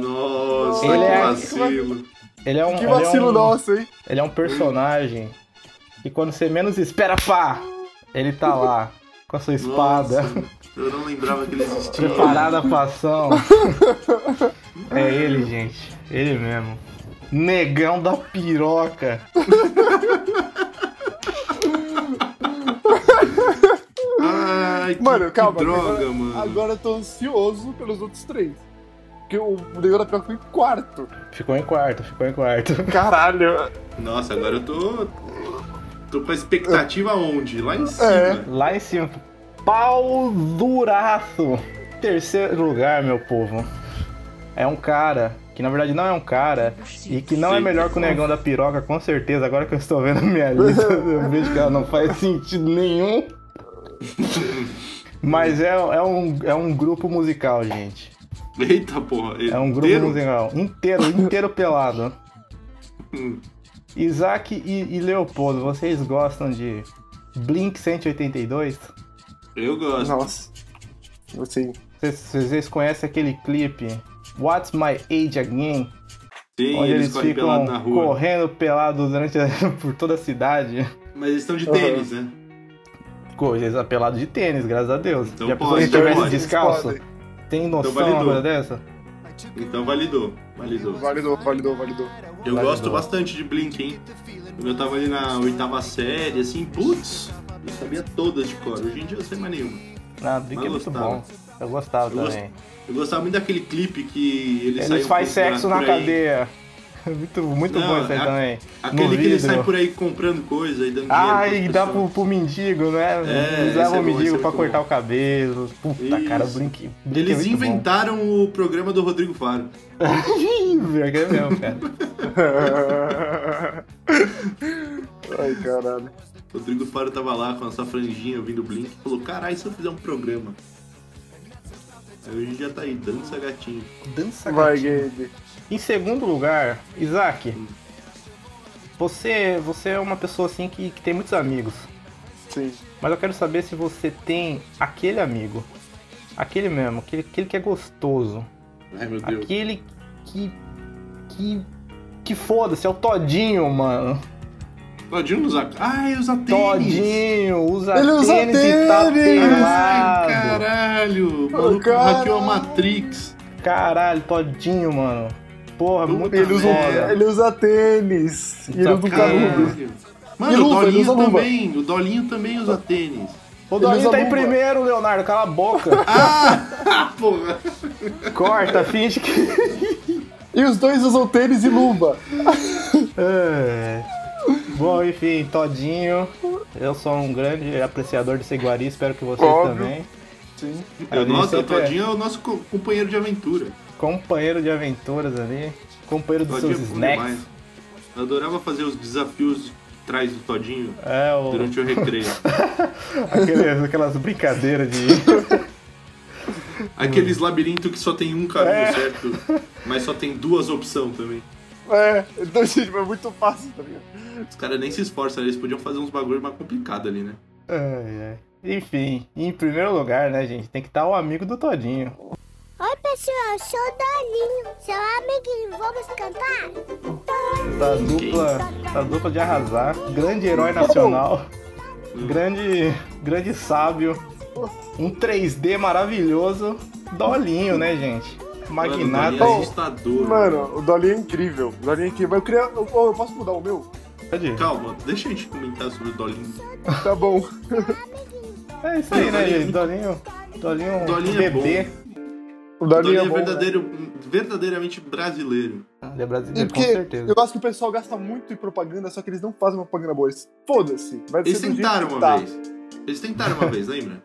nossa, Ele que é- vacilo. Ele é um, Que ele é vacilo um- nosso, hein? Ele é um personagem que quando você menos espera, pá! Ele tá lá, com a sua espada, Nossa, eu não lembrava que ele existia. preparada a ação. é ele, gente. Ele mesmo. Negão da piroca. Ai, que, Mano, calma. que droga, agora, mano. agora eu tô ansioso pelos outros três. Porque o Negão da Piroca foi em quarto. Ficou em quarto, ficou em quarto. Caralho. Nossa, agora eu tô. Tô com a expectativa onde? Lá em cima. É. Lá em cima. Pau duraço. Terceiro lugar, meu povo. É um cara, que na verdade não é um cara, e que não é Sim. melhor que o negão da piroca, com certeza. Agora que eu estou vendo a minha lista, eu vejo que ela não faz sentido nenhum. Mas é, é, um, é um grupo musical, gente. Eita porra. É um grupo inteiro? musical. Inteiro, inteiro pelado. Hum. Isaac e, e Leopoldo, vocês gostam de Blink 182? Eu gosto. Nossa. Assim. Vocês, vocês conhecem aquele clipe What's My Age Again? Sim, onde eles eles correm pelado ficam na rua. correndo pelado durante a- por toda a cidade. Mas eles estão de tênis, né? Coisas apelados de tênis, graças a Deus. Então e a pessoa que pode, então estivesse pode. descalço, Eles tem noção de uma validou. coisa dessa? Então validou. Validou. podem. Validou, validou, validou. Eu gosto bastante de Blink, hein? Quando eu tava ali na oitava série, assim, putz, eu sabia todas de cor. Hoje em dia eu sei mais nenhuma. Ah, Blink é Mas muito gostava. bom. Eu gostava né? Eu gost- também. Eu gostava muito daquele clipe que ele sai Eles fazem sexo na cadeia. Muito, muito Não, é bom isso aí a- também. Aquele no que vidro. ele sai por aí comprando um coisa e dando Ah, dinheiro. e pras dá pro, pessoas. pro mendigo, né? É, Eles esse levam é o bom, esse mendigo é pra muito cortar bom. o cabelo. Puta, cara, Isso. Blink. Blink é Eles muito bom. inventaram o programa do Rodrigo Faro. Pior que é mesmo, cara. Ai, caralho. O Rodrigo Faro tava lá com a sua franjinha ouvindo Blink e falou: Caralho, se eu fizer um programa? Aí hoje já tá aí, dança gatinho. Dança Vai, Gabe. Em segundo lugar, Isaac. Você, você é uma pessoa assim que, que tem muitos amigos. Sim. Mas eu quero saber se você tem aquele amigo. Aquele mesmo, aquele, aquele que é gostoso. Ai meu Deus. Aquele que. que. que foda-se, é o Todinho, mano. Todinho não usa. Ai, usa tênis. Todinho, usa Ele usa tênis e tá tênis! Ai, pelado. caralho. O maluco caralho. hackeou a Matrix. Caralho, Todinho, mano. Porra, Puta muito Ele usa, um- É. merda. ele usa Tá tênis. E ele usa um canudo. Caralho. Mano, E luva, o ele usa Dolinho luva. também. O Dolinho também usa tênis. O Ele usa Dolinho tá em luva. primeiro, Leonardo, cala a boca. Ah, porra. Corta, finge que. E os dois usam tênis e luva. É. Bom, enfim, Todinho, eu sou um grande apreciador de Seguari, espero que vocês Óbvio. também. Sim. A gente Nossa, o sempre é Todinho é o nosso co- companheiro de aventura. Companheiro de aventuras ali, companheiro dos Todinho seus é bom snacks. demais. Eu adorava fazer os desafios que traz do Todinho É, o, durante o recreio. aqueles- aquelas brincadeiras de. Aqueles labirintos que só tem um caminho certo, mas só tem duas opções também. É, então, gente, mas é muito fácil, tá ligado? Os caras nem se esforçam, eles podiam fazer uns bagulho mais complicado ali, né? Ai, ai. Enfim, em primeiro lugar, né, gente, tem que estar o amigo do Todinho. Oi, pessoal, sou o Dolinho, seu amiguinho. Vamos cantar? Da dupla, da dupla de arrasar, grande herói nacional, grande, grande sábio, um 3D maravilhoso, Dolinho, né, gente? Mano, Magnata. Dolinho é assustador. Mano, o Dolinho é incrível. O Dolinho é incrível. Mas eu queria. Eu, oh, eu posso mudar o meu? Pode. Calma, deixa a gente comentar sobre o Dolinho. Tá bom. É isso aí, né, gente? Dolinho. Dolinho, é um Dolinho é bebê. O O Dolinho, Dolinho é bom, né? verdadeiro, verdadeiramente brasileiro. Ele é E brasileiro, com porque certeza. eu acho que o pessoal gasta muito em propaganda, só que eles não fazem uma propaganda boa. Eles, foda-se. Vai Eles ser do jeito tentaram que uma tá. vez. Eles tentaram uma vez, lembra?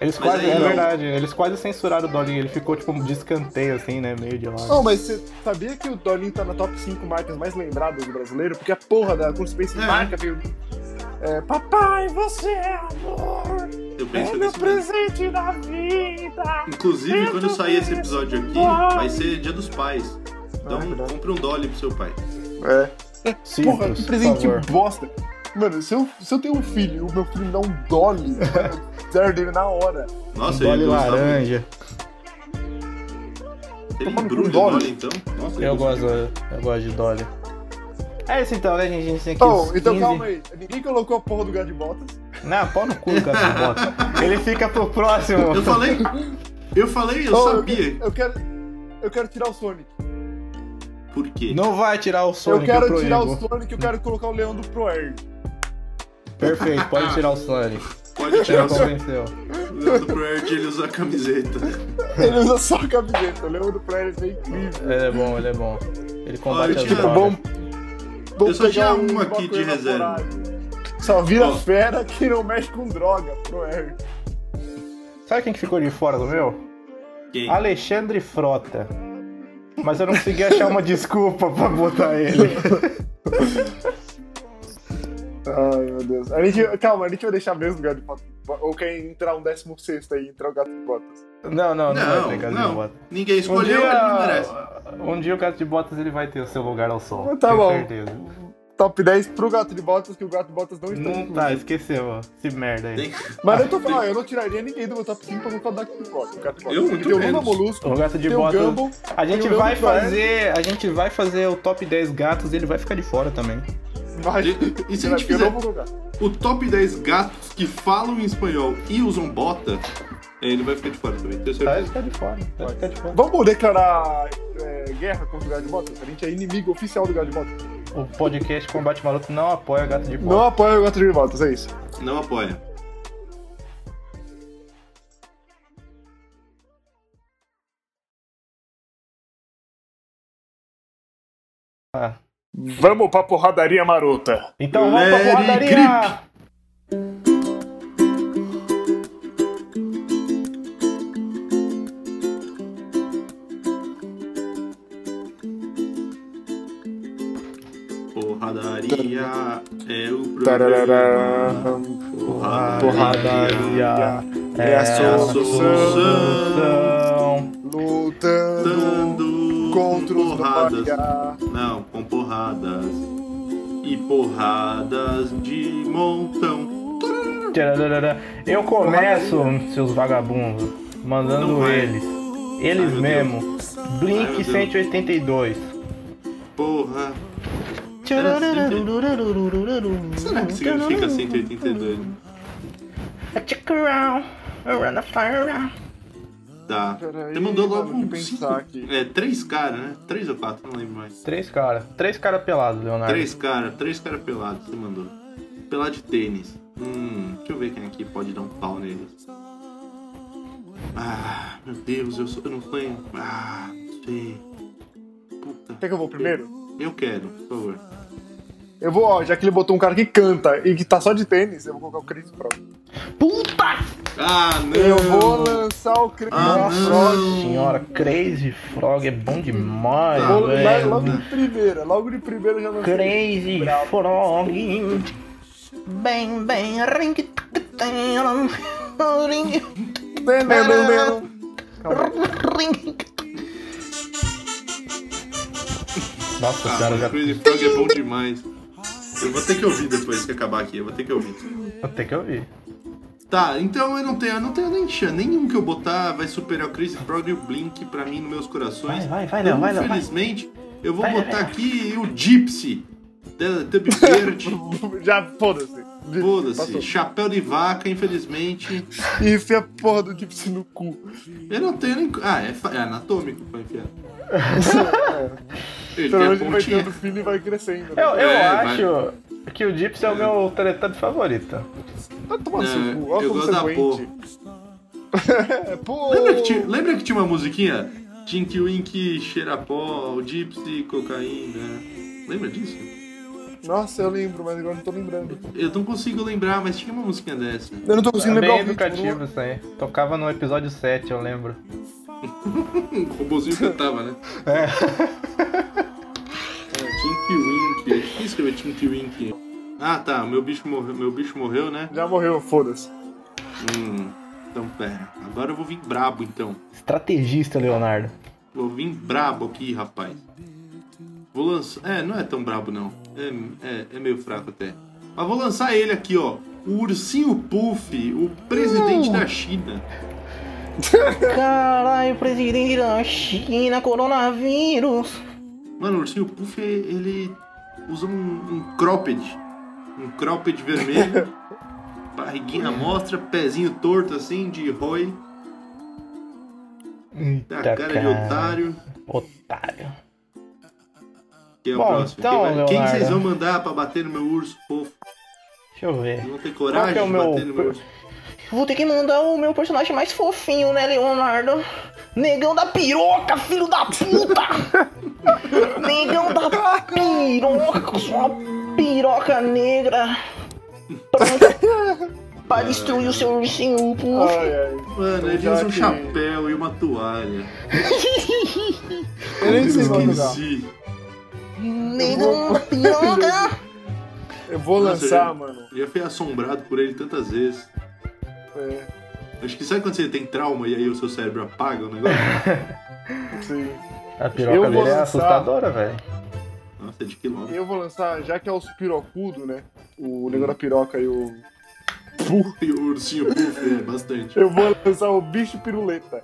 Eles Mas quase, aí é não. verdade, eles quase censuraram o Dolinho. Ele ficou, tipo, de escanteio, assim, né, meio de lado. Não, mas você sabia que o Dolinho tá na top 5 marcas mais lembradas do brasileiro? Porque a porra da Conspiracy É. Marca veio. É, papai, você é amor, Eu é penso meu nisso mesmo. presente da vida. Inclusive, quando sair esse episódio aqui, vai ser dia dos pais. Então, Ah, verdade. compre um Dolly pro seu pai. É, porra, que Citros, por presente favor. bosta. Mano, se eu, se eu tenho um filho e o meu filho me dá um dolly, mano, eu zero dele na hora. Nossa, Gole ele gostava tá muito. laranja. Ele Tomando embrulha com o Dolly, Dolly. então? Nossa, Eu ele gosto, gostava. eu gosto de Dolly. É isso então, né, gente? A gente tem aqui. Oh, os então 15. calma aí. Ninguém colocou a porra do gato de botas. Não, pau no cu, cara. bota. Ele fica pro próximo. Eu falei... Eu falei, eu Oh, sabia. Eu quero, eu quero tirar o Sonic. Por quê? Não vai tirar o Sonic, eu quero proíbo. tirar o Sonic, eu quero colocar o leão do Proerd. Perfeito, pode tirar o Sonic. Pode Você tirar me o seu convenceu. dedo pro Erd ele usa a camiseta. Ele usa só a camiseta. O leão do Proerd é incrível. Ele é bom, ele é bom. Ele Olha, combate É as tinha- drogas. Tipo, Bom, bom Eu só pegar tinha um uma aqui de coisa reserva. coragem. Só vira Ó. fera que não mexe com droga, Proerd. Sabe quem que ficou de fora do meu? Quem? Alexandre Frota. Mas eu não consegui achar uma desculpa pra botar ele. Ai, meu Deus. A gente, calma, a gente vai deixar mesmo o gato de botas. Ou quem entrar um 16 aí, entrar o gato de botas. Não, não, não, vai ter Não, caso de não. bota. Ninguém Um escolheu, ele não merece. dia, um dia o gato de botas ele vai ter o seu lugar ao sol. Tá tenho bom. certeza. Top 10 pro gato de botas, que o gato de botas não está Não incluído. tá, esqueceu, ó. Esse merda aí. Tem- Mas eu tô falando, eu não tiraria ninguém do meu top 5 pra colocar o gato de botas. O gato de botas. Eu, Porque muito tem o menos. Lula Molusco, O gato de tem o botas. Gumball, A gente Tem o vai Leandro Paes. fazer, a gente vai fazer o top 10 gatos e ele vai ficar de fora também. vai. E se a Eu gente fizer não vou colocar. o top 10 gatos que falam em espanhol e usam bota, é, ele vai ficar de fora também, tenho Tá, ele certeza. fica de fora. Tá, ele fica de fora. Vamos declarar é, guerra contra o gato de botas? A gente é inimigo oficial do gato de botas. O podcast Combate Maroto não apoia gato de Não botas. apoia o gato de botas, é isso. Não apoia. Vamos pra porradaria marota. Então vamos pra Let it porradaria! Porradaria é o programa. Tararará. Porradaria É a é a solução. solução. Lutando Dando contra os porradas. Doria. Não, com porradas. E porradas de montão. Tchararará. Eu começo, seus vagabundos, Não mandando vai. eles. Eles Ai, meu mesmo. Ai, meu Blink Deus. 182. Porra. Será que significa 182? Tá. Peraí, Você mandou logo vamos um pensar cinco- aqui. É, três caras, né? Três ou quatro, não lembro mais. Três caras. Três caras pelados, Leonardo. Três caras, três caras pelados, você mandou. Pelado de tênis. Hum, deixa eu ver quem aqui pode dar um pau neles. Ah, meu Deus, eu, sou, eu não tenho. Ah, não sei. Puta. Quer que eu vou primeiro? Eu quero, por favor. Eu vou, ó, já que ele botou um cara que canta e que tá só de tênis, eu vou colocar o Chris Brown. Ah, não! Eu vou lançar o Chris Ah, Brown. Nossa senhora, Crazy Frog é bom demais, Tá. Vou- vai velho. Logo de primeira, logo de primeira eu já lancei. Crazy Frog. Bem, bem, ring. Ring. Ring. Nossa Ah, senhora, eu mas já Crazy Frog é bom demais. Eu vou ter que ouvir depois que acabar aqui, eu vou ter que ouvir. vou ter que ouvir. Tá, então eu não tenho, eu não tenho nem chance, nenhum que eu botar vai superar o Crazy Frog e o Blink pra mim nos meus corações. Vai, vai, vai, Então, Léo, vai, Léo, vai. Infelizmente, eu vou botar aqui o Gypsy, Te- Tub Verde, Já, foda-se. foda-se, Passou. Chapéu de Vaca, infelizmente. E enfia a porra do Gypsy no cu. Eu não tenho nem. Ah, é, fa- é anatômico pra enfiar. Ele Pelo menos ele tem a vai pontinha. tendo filho e vai crescendo. né? Eu, eu É, vai. acho que o Gypsy é o meu teletubby favorito. Tá tomando É, seu cu, olha eu como gosto você da é doente. É, pô. Lembra que, tinha, lembra que tinha uma musiquinha? Tinky Wink, Xerapó, o Gypsy, cocaína. Lembra disso? Nossa, eu lembro, mas agora não tô lembrando. Eu não consigo lembrar, mas tinha uma musiquinha dessa. Eu não tô É conseguindo bem lembrar o educativo isso aí. Tocava no episódio 7, eu lembro. O robôzinho cantava, né? É, É. Tinky Wink. É difícil escrever Tinky Wink. Ah, tá. Meu bicho morreu, meu bicho morreu né? Já morreu, foda-se. Hum. Então, pera. Agora eu vou vir brabo, então. Estrategista, Leonardo. Vou vir brabo aqui, rapaz. Vou lançar... É, não é tão brabo, não. É, é, é meio fraco até. Mas vou lançar ele aqui, ó. O ursinho Puff, o presidente da China. Caralho, presidente da China, coronavírus. Mano, o ursinho Puff, ele usa um, um cropped. Um cropped vermelho. barriguinha à mostra, pezinho torto assim, de Roy. Eita, A cara de otário. Otário. Que é o Bom, próximo. então, quem, vai- quem Leonardo. vocês vão mandar pra bater no meu urso fofo? Deixa eu ver. Não tem Qual coragem que é o de meu. bater no meu urso? Vou ter que mandar o meu personagem mais fofinho, né, Leonardo? Negão da piroca, filho da puta! Negão da piroca, sua piroca negra. Pronta pra destruir o seu ursinho, puff. Ai, ai. Mano, ele Já usa um que- chapéu e uma toalha. Eu nem sei qual lugar. Esqueci. Negão da piroca. Eu vou Nossa, lançar, já- mano. Já fui assombrado por ele tantas vezes. É, Acho que sabe quando você tem trauma e aí o seu cérebro apaga o negócio? sim. A piroca Eu vou dele é lançar. assustadora, velho. Nossa, é de quilômetro. Eu vou lançar, já que é os pirocudo, né? O negócio da piroca e o. E o ursinho puff é bastante. Eu vou lançar o bicho piruleta.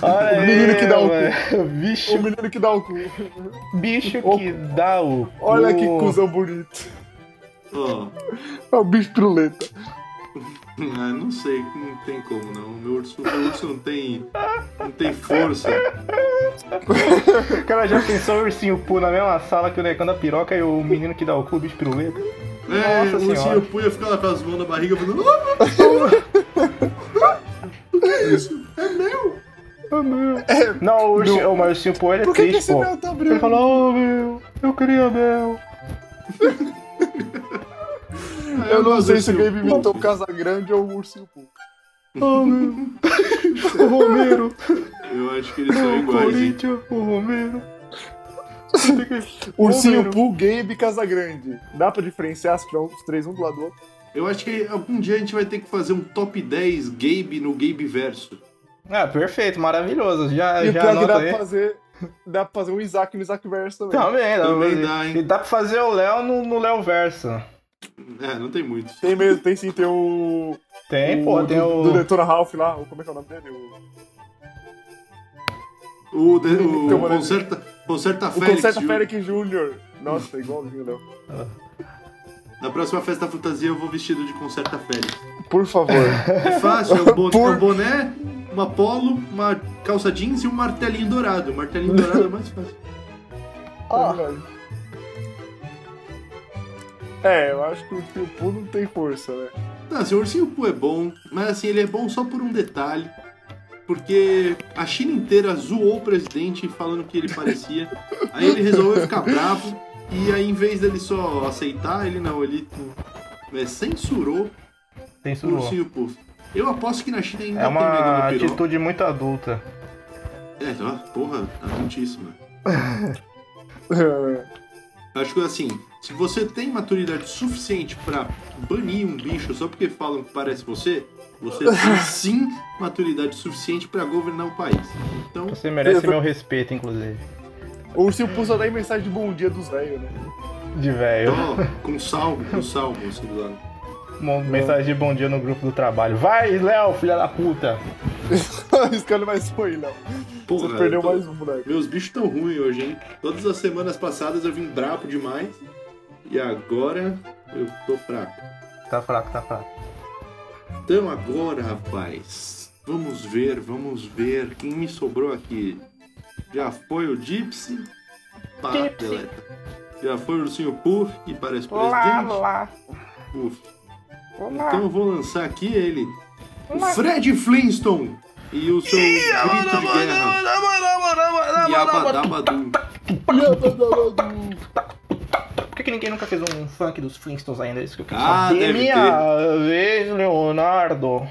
Olha o menino que dá o cu. cu. Bicho, O menino que dá o cu. bicho o- que dá o cu. Olha que cuzão bonito. Ó, É o bicho piruleta. ah, não sei, não tem como não. Meu urso, meu urso não tem. Não tem força. O cara já pensou o ursinho pu na mesma sala que o negão da piroca e o menino que dá o cu, o bicho piruleta? É, Nossa o senhora. ursinho puff ia ficar lá com as mãos na barriga falando. Ah, Não, o ursinho, mas o ursinho pu ele é É, Por que, que triste, esse pô. meu tá Ele branco? falou, oh, meu, eu queria meu. "Ah, Eu não gosto sei do se o ursinho Gabe puff." imitou o Casagrande ou o Ursinho Poo. Oh, meu. o Romero, "Ah!" Eu acho que eles são o iguais, hein? Corinthians, o Romero. Ursinho Romero. Poo, Gabe e Casagrande. Dá pra diferenciar se tiver os três um do lado do outro? Eu acho que algum dia a gente vai ter que fazer um top 10 Gabe no Gabe Verso. Ah, perfeito, maravilhoso. Já, e o já pior é que anota dá aí. Tá. pra fazer. Dá pra fazer um Isaac no Isaac Verso também. Também, dá Também pra- dá, hein? E dá pra fazer o Léo no, no Léo Verso. É, não tem muito. Tem mesmo, tem sim, tem o. Tem, o pô, tem do, o. do Detona Ralph lá, o- como é que é o nome dele? O, O, de, o, Então, mano, concerta, concerta o Félix. Concerta Ju. Félix Jr. Nossa, tá igualzinho, né? Léo. Na próxima festa da fantasia eu vou vestido de Concerta Félix. Por favor. É fácil, é um boné, Por- é um boné, uma polo, uma calça jeans e um martelinho dourado. O martelinho dourado é mais fácil. Ó, É, eu acho que o Tio Poo não tem força, né? Não, assim, o ursinho Poo é bom, mas assim, ele é bom só por um detalhe. Porque a China inteira zoou o presidente falando que ele parecia. Aí ele resolveu ficar bravo. E aí, em vez dele só aceitar, ele não, ele né, censurou o Censurou. ursinho Puff. Eu aposto que na China ainda É tem um medo uma da piroca. atitude muito adulta. É, ó, porra, adultíssima. Acho que assim, se você tem maturidade suficiente pra banir um bicho só porque falam que parece você, você tem sim maturidade suficiente pra governar o país. Então, Você merece Eu tô- meu respeito, inclusive. O ursinho Poo só dá em mensagem de bom dia dos velhos, né? De velho. ó, com salvo, com salvo, assim do lado. Mo- Mensagem de bom dia no grupo do trabalho. Vai, Léo, filha da puta. Escolhe mais foi, Léo. Porra, Você eu perdeu É, tô- mais um, moleque. Meus bichos tão ruins hoje, hein? Todas as semanas passadas eu vim brabo demais. E agora eu tô fraco. Tá fraco, tá fraco. Então agora, rapaz, vamos ver, vamos ver quem me sobrou aqui. Já foi o Gypsy, Pateleta. Já foi o Ursinho Puff, que parece presidente. lá. Puff. Olá. Então eu vou lançar aqui ele, o Fred Flintstone e o seu grito de guerra. E Abadabadu. tá Por que, que ninguém nunca fez um funk dos Flintstones ainda? É Isso que eu quero Ah, saber. deve Minha vez, Leonardo.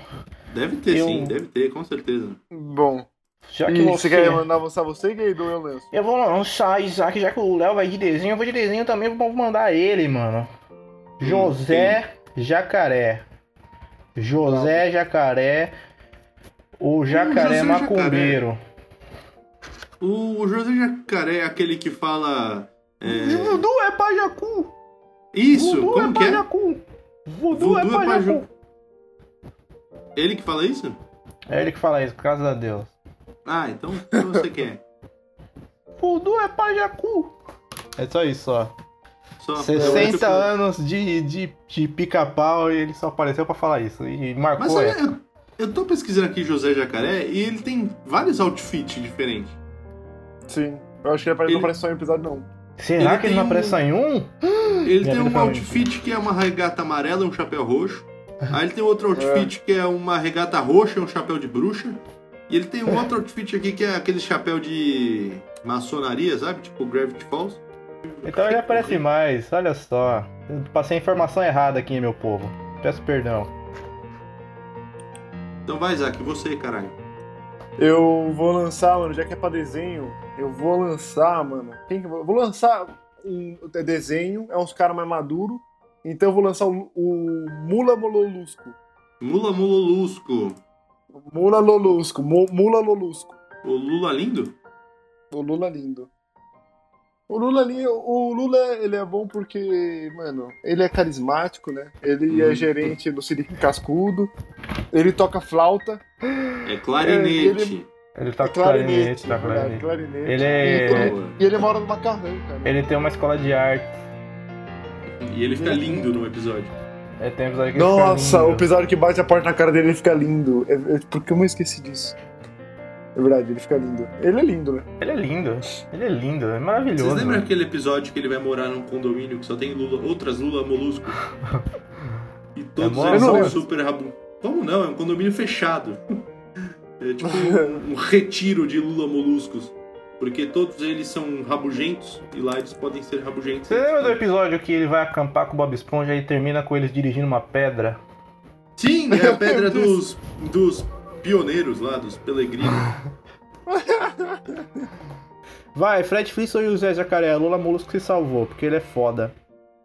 Deve ter Eu- sim, deve ter, com certeza. Bom, Já que e você... você quer mandar avançar você, Gabe, ou eu lanço? Eu vou lançar Isaac, já que o Léo vai de desenho, eu vou de desenho também, vou mandar ele, mano. José Jacaré. José Jacaré. O Hum, Jacaré José Macumbeiro. O José Jacaré é aquele que fala. é, Judô é pajacu. Isso, Voodoo como é que é? palhacu. Voodoo, é Voodoo é palhacu. paju- Ele que fala isso? É ele que fala isso, graças a Deus. Ah, então eu sei quem é. Voodoo é pajacu. É só isso, ó. Só eu acho que- 60 anos de, de, de pica-pau e ele só apareceu pra falar isso. E Mas marcou é. sabe, essa. eu, eu tô pesquisando aqui José Jacaré e ele tem vários outfits diferentes. Sim. Eu acho que ele apare- Ele- não aparece só em episódio, não. Será ele que ele não tem aparece um- só em um? Ele Minha tem vida um tá ruim. outfit que é uma regata amarela e um chapéu roxo. Aí ele tem outro outfit que é uma regata roxa e um chapéu de bruxa. E ele tem um outro outfit aqui que é aquele chapéu de maçonaria, sabe? Tipo Gravity Falls. Então ele aparece mais, olha só. Eu passei a informação errada aqui, meu povo. Peço perdão. Então vai, Isaac, você, caralho. Eu vou lançar, mano, já que é pra desenho, eu vou lançar, mano. Quem que eu vou? Vou lançar um é desenho, é uns caras mais maduros. Então eu vou lançar o, o Mula Mololusco. Mula Mula Lusco. Mula Lolusco. Mu- Mula Lolusco. O Lula lindo? O Lula lindo. O Lula ali, o Lula ele é bom porque, mano, ele é carismático, né? Ele Uhum. é gerente do Sirico Cascudo, ele toca flauta, É clarinete. Ele tá é com clarinete, clarinete, tá com verdade, clarinete. clarinete. Ele é- Boa. E ele mora né? no macarrão, cara. Ele tem uma escola de arte. E ele fica lindo no episódio. É tem episódio que ele fica Nossa, lindo. o episódio que bate a porta na cara dele ele fica lindo. É, é, por que eu me esqueci disso? É verdade, ele fica lindo. Ele é lindo, né? Ele é lindo. Ele é lindo, é maravilhoso. Vocês lembram mano. aquele episódio que ele vai morar num condomínio que só tem Lula, outras Lula molusco? E todos mó- Eu eles não são lembro. super rabu. Como não? É um condomínio fechado. É tipo um, um retiro de Lula moluscos. Porque todos eles são rabugentos e lá eles podem ser rabugentos. Você lembra do episódio que ele vai acampar com o Bob Esponja e termina com eles dirigindo uma pedra? Sim, é a pedra dos, dos pioneiros lá, dos peregrinos. Vai, Fred Flintstone e o Zé Jacaré, Lula Molusco se salvou, porque ele é foda.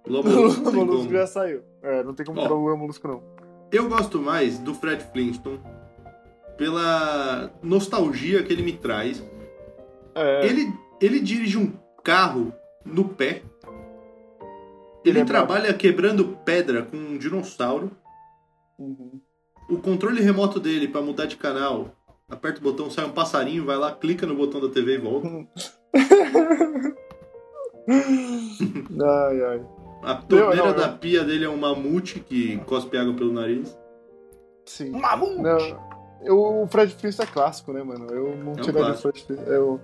Lula O molusco. Lula não tem Molusco como. já saiu. É, não tem como é Ó. tirar o Lula Molusco, não. Eu gosto mais do Fred Flintstone pela nostalgia que ele me traz. É. Ele, ele dirige um carro no pé. Ele Ele, é trabalha quebrando pedra com um dinossauro. Uhum. O controle remoto dele pra mudar de canal, aperta o botão, sai um passarinho, vai lá, clica no botão da TV e volta. Ai, ai. A torneira não, eu- da pia dele é um mamute que cospe água pelo nariz. Sim. Não, eu- o Fred Flintstone é clássico, né, mano? Eu não É um tiraria o clássico. Fred Flintstone. Eu...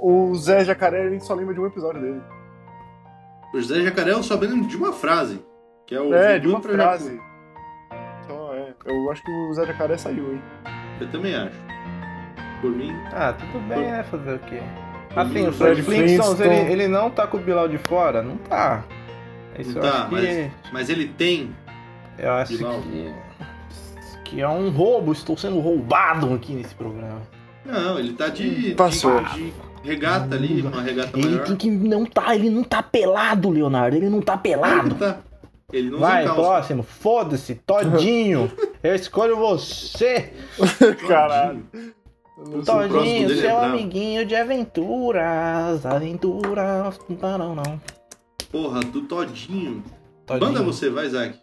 O Zé Jacaré, a gente só lembra de um episódio dele. O José Jacaré eu só lembro de uma frase. Que é o é, de Voodoo uma pra frase. Jacu. Então, é. Eu acho que o Zé Jacaré saiu, hein? Eu também acho. Por mim, Ah, tudo bem, né? Fazer o quê? Hum, Assim, o Fred Fred Flintstones, Flintstone. ele, ele não tá com o Bilal de fora? Não tá. Isso Não eu tá, acho mas- que... mas ele tem Eu acho Bilal. que... Que é um roubo, estou sendo roubado aqui nesse programa. Não, ele tá de. Passou. De, de regata ali, uma regata Ele maior. tem que não tá, ele não tá pelado, Leonardo, ele não tá pelado. Ele tá. Ele não Vai, usa calça. próximo. Foda-se, Todinho. Eu escolho você. Caralho. Então, próximo Todinho, dele é seu bravo. amiguinho de aventuras, aventuras, não, não, não. Porra, do Todinho. Todinho. Manda você, vai, Isaac.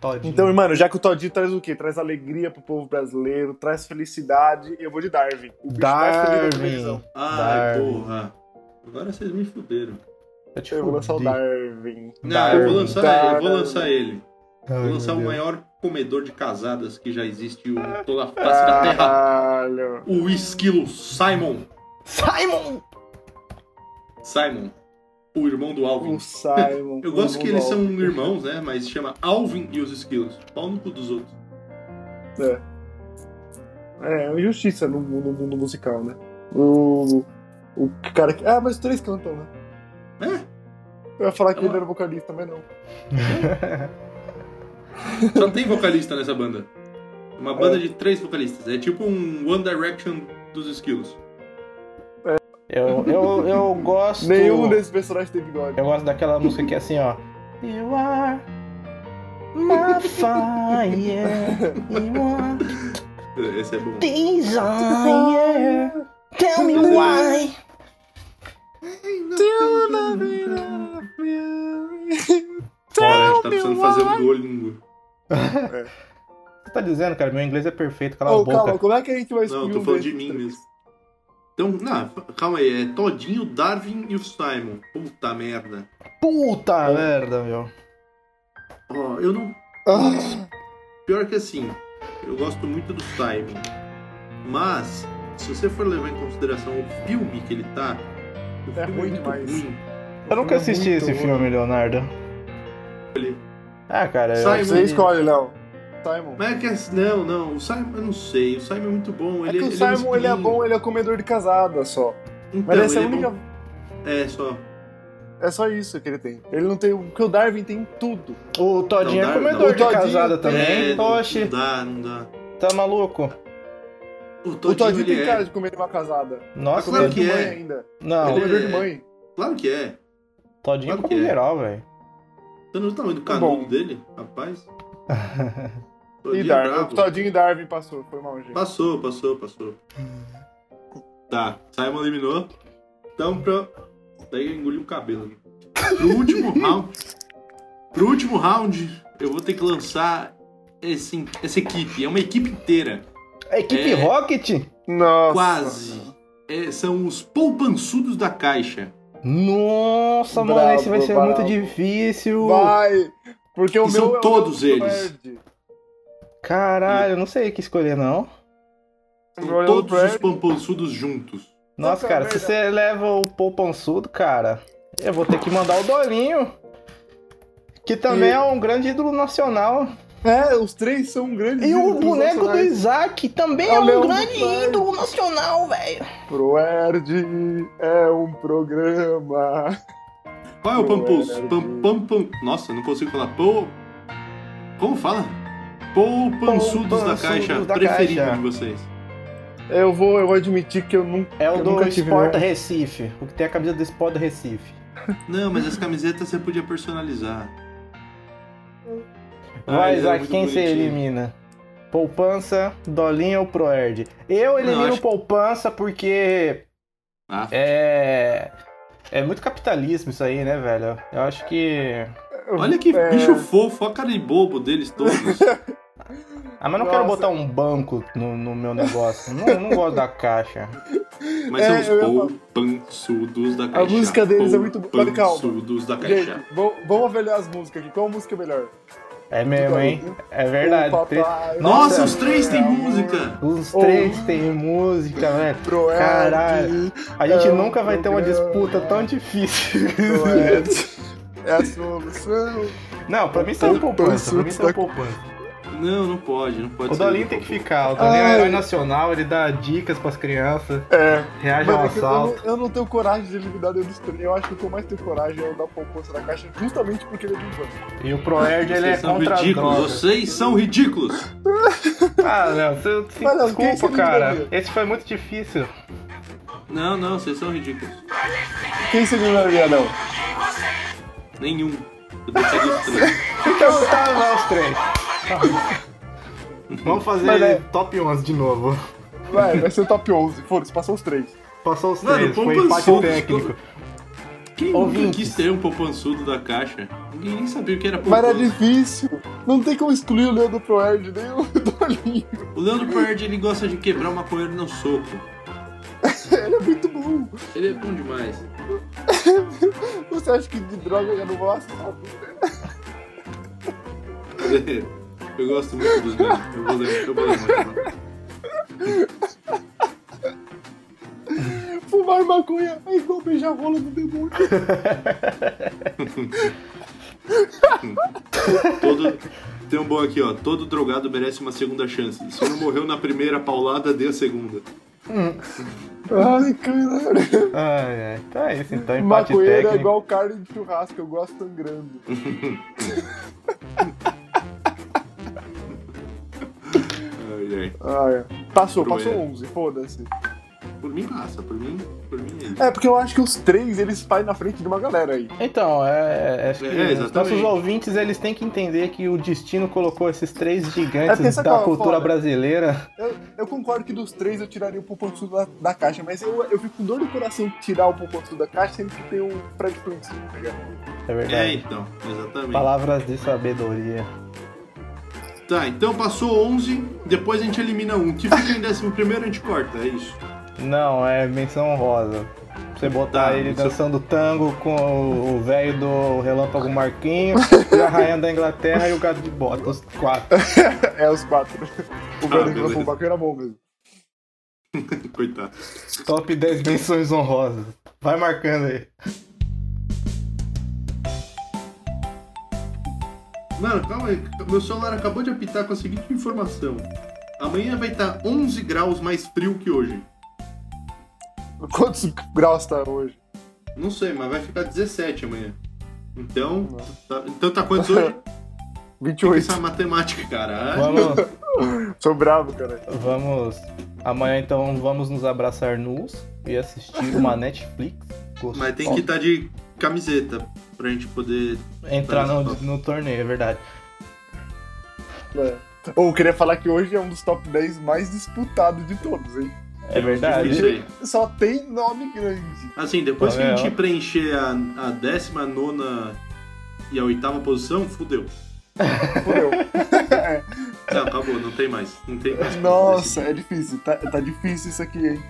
Todinho. Então, mano, já que o Todinho traz o quê? Traz alegria pro povo brasileiro, traz felicidade. Eu vou de Darwin. O bicho mais feliz da Darwin. televisão. Ai, Darwin. porra. Agora vocês me fuderam. Eu te Eu vou lançar o fudi. Darwin. Não, Darwin. eu vou lançar ele, eu vou lançar ele. Ai, Vou lançar meu o Deus. maior comedor de casadas que já existiu em toda a face da terra. Caralho. O esquilo Simon. Simon! Simon. O irmão do Alvin. O Simon. Eu gosto o que eles são Rudolph. irmãos, né? Mas chama Alvin e os esquilos. Pau no cu dos outros. É, é uma injustiça no, no mundo musical, né? O, o cara que. Ah, mas os três cantam, né? É, Eu ia falar que É uma- ele era vocalista, mas não. só tem vocalista nessa banda. Uma banda de três vocalistas. É tipo um One Direction dos esquilos. Eu, eu, eu gosto. Nenhum desses personagens tem bigode. Eu gosto daquela música que é assim, ó. You are my fire, you are Esse é bom. é desire, tell me why. Teu navio, meu, teu Tá precisando fazer um Duolingo. Você tá dizendo, cara? Meu inglês é perfeito, cala Ô, a boca. calma, como é que a gente vai Não, excluir eu tô um falando de desses mim três? mesmo. Então, não, calma aí. É Todinho, Darwin e o Simon. Puta merda. Puta merda, meu. Ó, eu não. Ah, Pior que assim, eu gosto muito do Simon. Mas, se você for levar em consideração o filme que ele tá, o É filme ruim é muito é demais. ruim. Eu nunca assisti muito esse bom. filme, Leonardo. Ele- Ah, cara, eu... Sai- Você escolhe, Léo. Simon. Mas é que assim, não, não, o Simon, eu não sei, o Simon é muito bom. É Ele, que o ele um Simon, ele é espinho. bom, ele é comedor de casada só. Então, Mas essa é a ele é bom. única... É, só. É só isso que ele tem. Ele não tem... Porque o Darwin tem tudo. o Todinho Não, é não, comedor não. de O Todinho casada tem- também. é, não, Oxi, não dá, não dá. tá maluco? O O Todinho Todinho, ele tem cara é. de comer uma casada. Mas Nossa, claro velho. que mãe é. ainda. não. Ele- Comedor é- de mãe. Claro que é. Todinho claro como que é. geral, velho. Você não tá vendo o Tá canudo bom. dele, rapaz? Todinho E é Darwin. brabo. O Todinho e Darwin passou. Foi mal, gente. Passou, passou, passou. Tá, Simon eliminou. Então, pra... Daí eu engoli o cabelo. aqui. Pro último round. Pro último round, eu vou ter que lançar esse, essa equipe. É uma equipe inteira. A equipe É. Rocket? Nossa. Quase. É, são os poupançudos da caixa. Nossa, mano, Bravo, esse vai ser bravo. muito difícil. Vai. Porque o E meu... são é o todos meu eles. Nerd. Caralho, eu não sei o que escolher, não. O São meu é o todos os Brad. pampançudos juntos. é Nossa, cara, se você leva o poupançudo, cara, eu vou ter que mandar o Dolinho, que também E- é um grande ídolo nacional. É, os três são grandes. E o ídolos boneco do nacionais. Isaac também É é o Leão um do grande Pride. ídolo nacional, velho. Proerd é um programa. Qual é o pampus? Proerd. Pam, pam, pam... Nossa, não consigo falar. Pou... Como fala? Poupançudos da Poupançudos caixa da preferido caixa. de vocês. Eu vou, eu vou admitir que eu nunca. É o eu do nunca tive Sport nenhum. Recife, o que tem a camisa do Sport Recife. Não, mas as camisetas você podia personalizar. Vai, era Isaac, muito quem você bonitinho. elimina? Poupança, Dolinho ou Proerd? Eu elimino acho- Poupança porque Ah, é... É muito capitalismo isso aí, né, velho? Eu acho que... Olha que É. bicho fofo, olha a cara de bobo deles todos. Ah, mas não quero Nossa. botar um banco no, no meu negócio. não, não gosto da caixa. Mas É, são eu ia os poupançudos da caixa. música deles é muito boa. Olha, calma. Poupançudos da caixa. Gente, vamos vamos avaliar as músicas aqui. Qual música é melhor? Então, É mesmo, hein? É Então, verdade. O Três- Um papai, Nossa, Nossa, os três têm é amor. música! Os três Oh. têm música, velho. Proerd. Caralho. A gente É um nunca vai ter uma programa. disputa tão difícil. Proerd. É a solução. Não, pra mim saiu poupança. Pra mim saiu poupança. Não, não pode, não pode O ser. Dolinho tem que ficar. O Dolinho é Ai. herói nacional, ele dá dicas pras crianças, É. reage ao Mano, é que eu, um assalto. não, eu não tenho coragem de eliminar nenhum dos três. Eu acho que o que eu mais tenho coragem é o da poupança da caixa, justamente porque ele é do banco. E o Proerd, ele é Vocês são contra as ridículos, drogas. vocês são ridículos! Ah, Léo, você- Mas, Léo, quem é desculpa, você cara. eliminaria? Esse foi muito difícil. Não, não, vocês são ridículos. Quem você eliminaria, não? Nenhum. Eu detesto os três. Então tá lá os três. Vamos fazer Mas é- top 11 de novo. Vai, vai ser o top 11. Foda-se, passou os três. Passou os Mano, três, foi poupançudos, empate todo- técnico. Quem nunca Ouvintes. quis ter um poupançudo da caixa? Ninguém nem sabia o que era Mas é era poupança. difícil. Não tem como excluir o Leandro Proerd nem o Dolinho. O Leandro Perde, ele gosta de quebrar uma coelha no soco. Ele é muito bom. Ele é bom demais. Você acha que de droga eu não gosto? Eu gosto muito dos memes. Eu vou ler, eu vou ler mais. Fumar maconha é igual beijar a rola do demônio. Todo... Tem um bom aqui, ó. Todo drogado merece uma segunda chance. Se não morreu na primeira paulada, dê a segunda. Ai, caralho. Ai, ai. Então é isso, então empate Maconheiro é técnico. igual carne de churrasco. Eu gosto sangrando. Ai, ai. Ai, passou, Proer. Ah, é. passou 11. Foda-se. Por mim passa, por mim, por mim é isso. É, porque eu acho que os três, eles saem na frente de uma galera aí. Então, é, é- acho É, que os exatamente. nossos ouvintes eles têm que entender que o destino colocou esses três gigantes porque da sabe qual é o cultura foda? brasileira. Eu, eu concordo que dos três eu tiraria o Poponsudo da, da caixa, mas eu, eu fico com dor no coração de tirar o Poponsudo da caixa sempre que tem um Fred Flintstone, tá ligado? É É, verdade. então, exatamente. Palavras de sabedoria. Tá, então passou 11, depois a gente elimina um. Que fica em décimo primeiro a gente corta, é isso. Não, é menção honrosa. Você botar Tá, ele menção- dançando tango com o- o velho do Relâmpago Marquinhos, e a rainha da Inglaterra e o gato de bota, os quatro. É, os quatro. O Brandon beleza. colocou o Baku era bom mesmo. Coitado. Top 10 menções honrosas. Vai marcando aí. Mano, calma aí, meu celular acabou de apitar com a seguinte informação. Amanhã vai tá estar 11 graus mais frio que hoje. Quantos graus tá hoje? Não sei, mas vai ficar 17 amanhã. Então, tá, então tá quantos hoje? 28. Essa matemática, Ah, caralho. Vamos, Sou bravo, cara. vamos. Amanhã então vamos nos abraçar nus e assistir uma Netflix. Gostoso. Mas tem que estar de camiseta pra gente poder. entrar no, no torneio, é verdade. É. Ou eu queria falar que hoje é um dos top 10 mais disputados de todos, hein? É Isso verdade. um aí. Só tem nome grande. Assim, depois que a Tá vendo? gente preencher a, a décima, nona e a oitava posição, fudeu. Fudeu. Não, acabou, não tem mais. Não tem mais como Nossa, é difícil. Tá, tá difícil isso aqui, hein?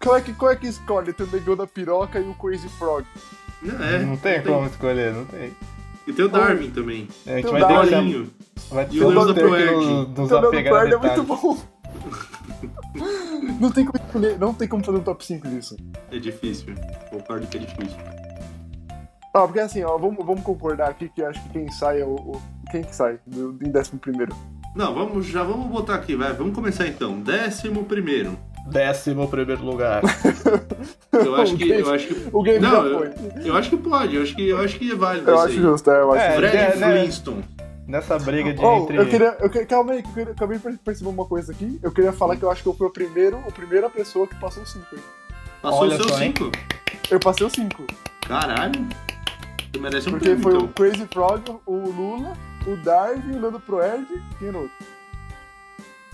Como é que, como é que escolhe entre o negão da piroca e o Crazy Frog? decidir. Não, é, Não tá tem como escolher, não tem. E tem o Darwin também. é A gente Então vai dá ter uma que se- Bolinho. vai ter um E o Leandro que Proerd. nos- nos Então, Leandro apegar a Bird é muito detalhes. bom. Não tem, como escolher- não tem como fazer um top 5 disso. É difícil. Concordo que é difícil. Ah, porque assim, ó, vamos, vamos concordar aqui que acho que quem sai é o. o- quem que sai do, em décimo primeiro? Não, vamos, já vamos botar aqui, vai. Vamos começar então. Décimo primeiro. Décimo primeiro lugar. Eu acho que. Eu acho que. O game Não, já eu, foi. eu acho que pode, eu acho que, eu acho que é válido Eu isso acho aí. justo, é, eu acho É, justo. Fred né, né? Flintstone. Nessa briga de Oh, entre. eu queria. Eu, que- calma aí, que eu queria- acabei de perceber uma coisa aqui. Eu queria falar que eu acho que eu fui o primeiro, a primeira pessoa que passou o 5. Passou Olha o seu só, hein? 5. Eu passei o 5. Caralho. Tu merece um Porque prêmio, foi então. o Crazy Frog, o Lula, o Darwin, o Leandro Proerd e o outro.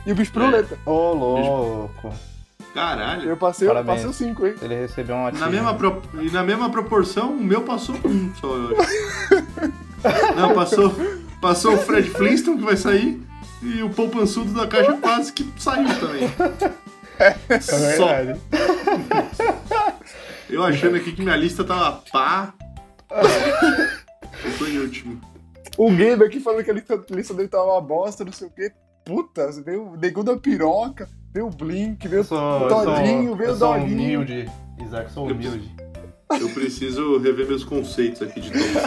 E o bicho É. piruleta. Ô, louco. um- Caralho. Eu passei, eu Parabéns. passei o 5, hein? Ele recebeu um ativo. Na mesma, pro- e na mesma proporção, o meu passou um só, eu acho. Não, passou, passou o Fred Flintstone, que vai sair, e o Poupançudo da Caixa quase que saiu também. É Só. verdade. Eu achando aqui que minha lista tava pá. Eu tô em último. O Gabe aqui falando que a lista, a lista dele tava uma bosta, não sei o quê. Puta, veio o Negão da Piroca, veio o Blink, veio Eu o sou, eu sou, Todinho, veio eu o sou Dolinho. humilde. Isaac, sou humilde. Eu preciso rever meus conceitos aqui de todos.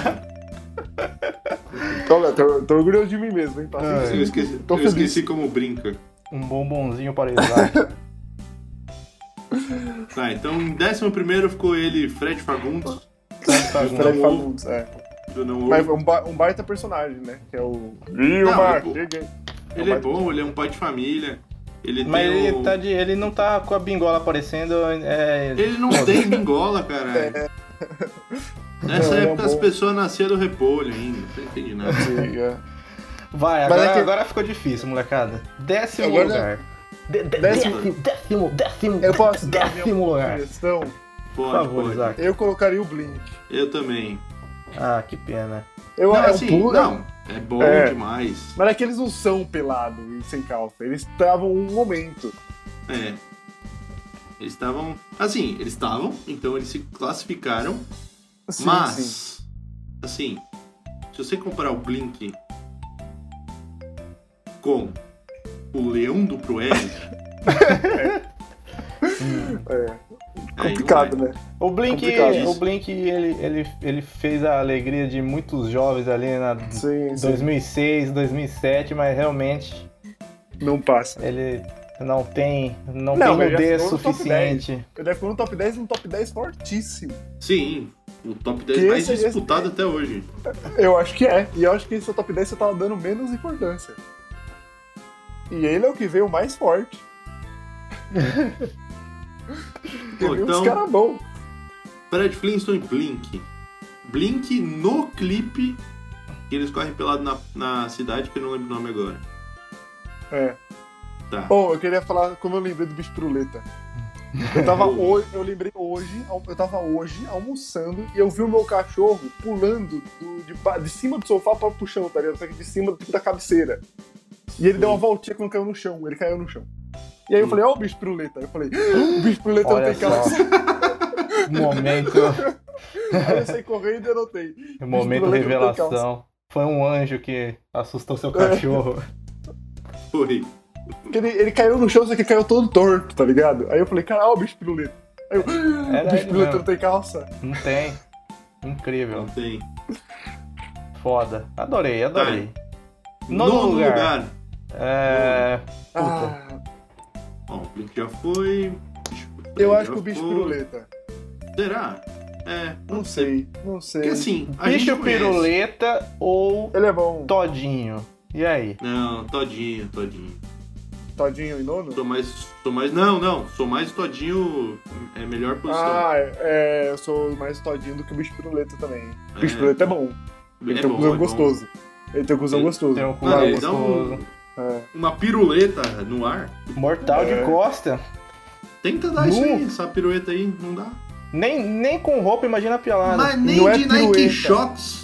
Olha, tô, tô orgulhoso de mim mesmo, hein? Passei o É. Ah, Eu esqueci, Tô eu feliz. esqueci como brinca. Um bombonzinho para Isaac. Tá, então em décimo primeiro ficou ele, Fred Fagundes. Tá cinco, Fred Não, Fagundes, é. Eu não ouvo. Mas um, ba- um baita personagem, né? Que é o. Vilmar! eu- Cheguei. Ele é bom, ele é um pai de família. Ele Mas tem ele, o- tá de, ele não tá com a bingola aparecendo. É, Ele não tem mingola, caralho. Nessa Não, ele é época as bom. pessoas nasciam do repolho ainda. Não entendi nada. Chega. Vai, Mas agora, é que- agora ficou difícil, molecada. Décimo Agora- é- lugar. De- de- Décimo- Décimo, décimo, décimo, Eu posso dar a minha décimo lugar. sugestão? Por Pode, favor, pode. Isaac. Eu colocaria o Blink. Eu também. Ah, que pena. Eu, Não, é o assim, Buda- não. É bom É. demais. Mas é que eles não são pelado e sem calça. Eles estavam um momento. É. Eles estavam. Assim, eles estavam, então eles se classificaram. Sim, mas, sim. assim, se você comparar o Blink com o Leão do Proerd. É. aí não Complicado, né? O Blink, Complicado. o Blink ele, ele, ele fez a alegria de muitos jovens ali né, na Sim, sim. 2006, 2007, mas realmente Não passa. ele não tem, não, Não, tem ele nudez assinou no top suficiente. Ele ficou no top 10 e um top 10 fortíssimo. vai. Sim, o top 10 Que mais esse- esse- disputado até hoje. Eu acho que é. E eu acho que esse é o top 10 que você tava dando menos importância. E ele é o que veio mais forte. Teve então- uns caras bons. Fred Flintstone e Blink. Blink no clipe que eles correm pelado na, na cidade, que eu não lembro o nome agora. É. Tá. Oh, eu queria falar como eu lembrei do bicho piruleta. Eu tava hoje, eu lembrei hoje, eu tava hoje almoçando e eu vi o meu cachorro pulando do- de, ba- de cima do sofá pra pro chão, tá ligado? Só que de cima tipo, da cabeceira. E ele deu uma voltinha quando caiu no chão, ele caiu no chão. E aí eu falei, ó o bicho piruleta. Eu falei, "Ah, o bicho piruleta não Olha tem cara. assim." só. Momento, Aí eu saí correndo e anotei. momento Bicho piruleta não tem calça. revelação. Foi um anjo que assustou seu cachorro. Foi. Porque Ele, ele caiu no chão, só que ele caiu todo torto, tá ligado? Aí eu falei, caralho, o bicho piruleta. Aí eu, "Ah, Era bicho ele piruleta mesmo. não tem calça. Não tem. Não Incrível. então tem. Foda. Adorei, adorei. Nono Nono lugar. lugar. É. Puta. Ah, Bom, o Blink já foi. eu Fred acho já que o bicho foi. piruleta. Será? É, não Não sei. sei, não sei. Porque assim, a Bicho gente conhece. piruleta ou Ele é bom. todinho? E aí? Não, todinho, todinho. Todinho e nono? Sou mais. Sou mais. Não, não. Sou mais todinho. É melhor posição. Ah, é, é, eu sou mais todinho do que o bicho piruleta também. O bicho É. piruleta é bom. Ele é tem um bom, cuzão é bom. gostoso. Ele tem um cuzão Ele gostoso. Tem um Mano, cuzão ele dá um- gostoso. É. uma piruleta no ar. Mortal de É. costa. Tenta dar isso Nu. aí, essa pirueta aí, não dá. Nem, nem com roupa, imagina pelado. Mas nem não é de Nike pirueta. Shots.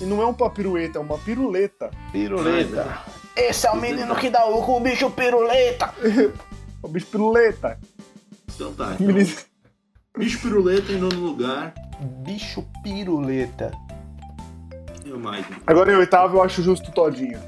E não é uma pirueta, é uma piruleta. Piruleta. Ah, Esse é o menino que dá o com o bicho piruleta. O bicho piruleta. Então tá. Então, Menino- bicho piruleta em nono lugar. Bicho piruleta. É o mais. né? Agora em oitavo eu acho justo o todinho.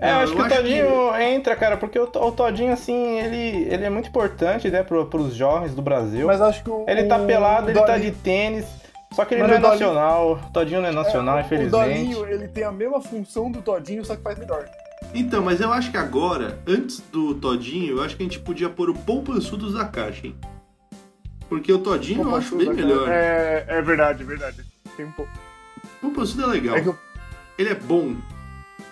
É, Não, eu acho eu que o acho Todinho entra, cara, porque o, To- o Todinho, assim, ele, ele é muito importante, né, pro, pros jovens do Brasil. Mas acho que o. ele tá o pelado, ele tá Dolinho- de tênis, só que ele Mas não é o Dolinho- nacional. O Todinho não é nacional, O infelizmente. Dolinho, ele tem a mesma função do Todinho, só que faz melhor. Então, mas eu acho que agora, antes do Todinho, eu acho que a gente podia pôr o Poupançudos da Caixa, hein? Porque o Todinho eu acho bem melhor. É, é verdade, é verdade. Tem um pouco. Poupançudo é legal. É que eu- Ele é bom.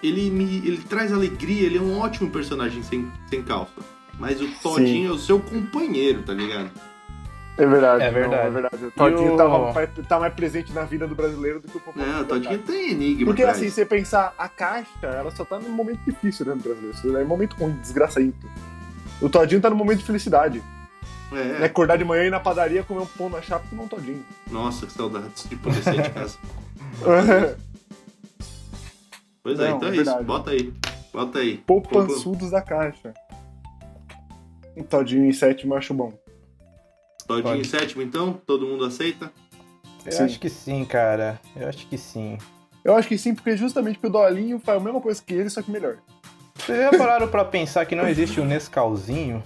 Ele me. ele traz alegria, ele é um ótimo personagem sem, sem calça. Mas o Todinho é o seu companheiro, tá ligado? É verdade. É verdade. não, é verdade. O Todinho o- tava- tá, mais presente na vida do brasileiro do que o Popó. Não, É, o Todinho tem enigma. Porque atrás. assim, você pensar, a caixa, ela só tá num momento difícil, né, do brasileiro? É um momento ruim, desgraçadito. O Todinho tá num momento de felicidade. É, Né? Acordar de manhã e ir na padaria comer um pão na chapa e comer um Todinho. Nossa, que saudades de poder sair de casa. Pois é, Não, então é é isso. verdade. Bota aí. Bota aí. Poupançudos da caixa. O Todinho em sétimo eu acho bom. Todinho em Pode. sétimo, então. Todo mundo aceita. Eu Sim. acho que sim, cara. Eu acho que sim. Eu acho que sim, porque justamente porque o Dolinho faz a mesma coisa que ele, só que melhor. Vocês já pararam pra pensar que não existe o Nescauzinho?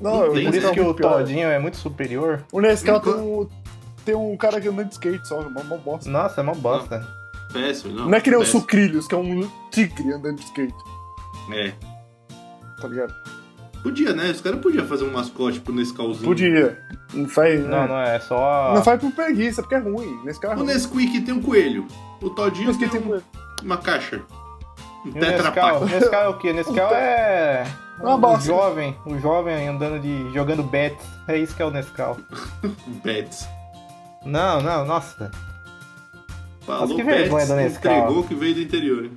Não, Tem, eu Por né? isso que é o muito pior. Todinho é muito superior? O Nescau Nunca- tem um, tem um cara que anda de skate só, uma uma bosta. Nossa, é uma bosta. Péssimo, não. Não é que nem o péssimo. Sucrilhos, que é um tigre andando de skate, É. tá ligado? Podia, né? Os caras podiam fazer um mascote pro Nescauzinho. Podia. eh, Não faz. né? Não, não é, é só... Não faz por preguiça, porque é ruim. Nesse carro. O Nesquik tem um coelho. O Todinho tem, tem É, um- uma caixa. Um E o Nescau? tetrapack. O Nescau é o quê? O Nescau é. Uma o bosta. jovem, o jovem andando de. jogando bet. É isso que é o Nescau. Um Pets. Não, não, nossa. Falou que Pets, vergonha do Nescau. entregou que veio do interior. hein?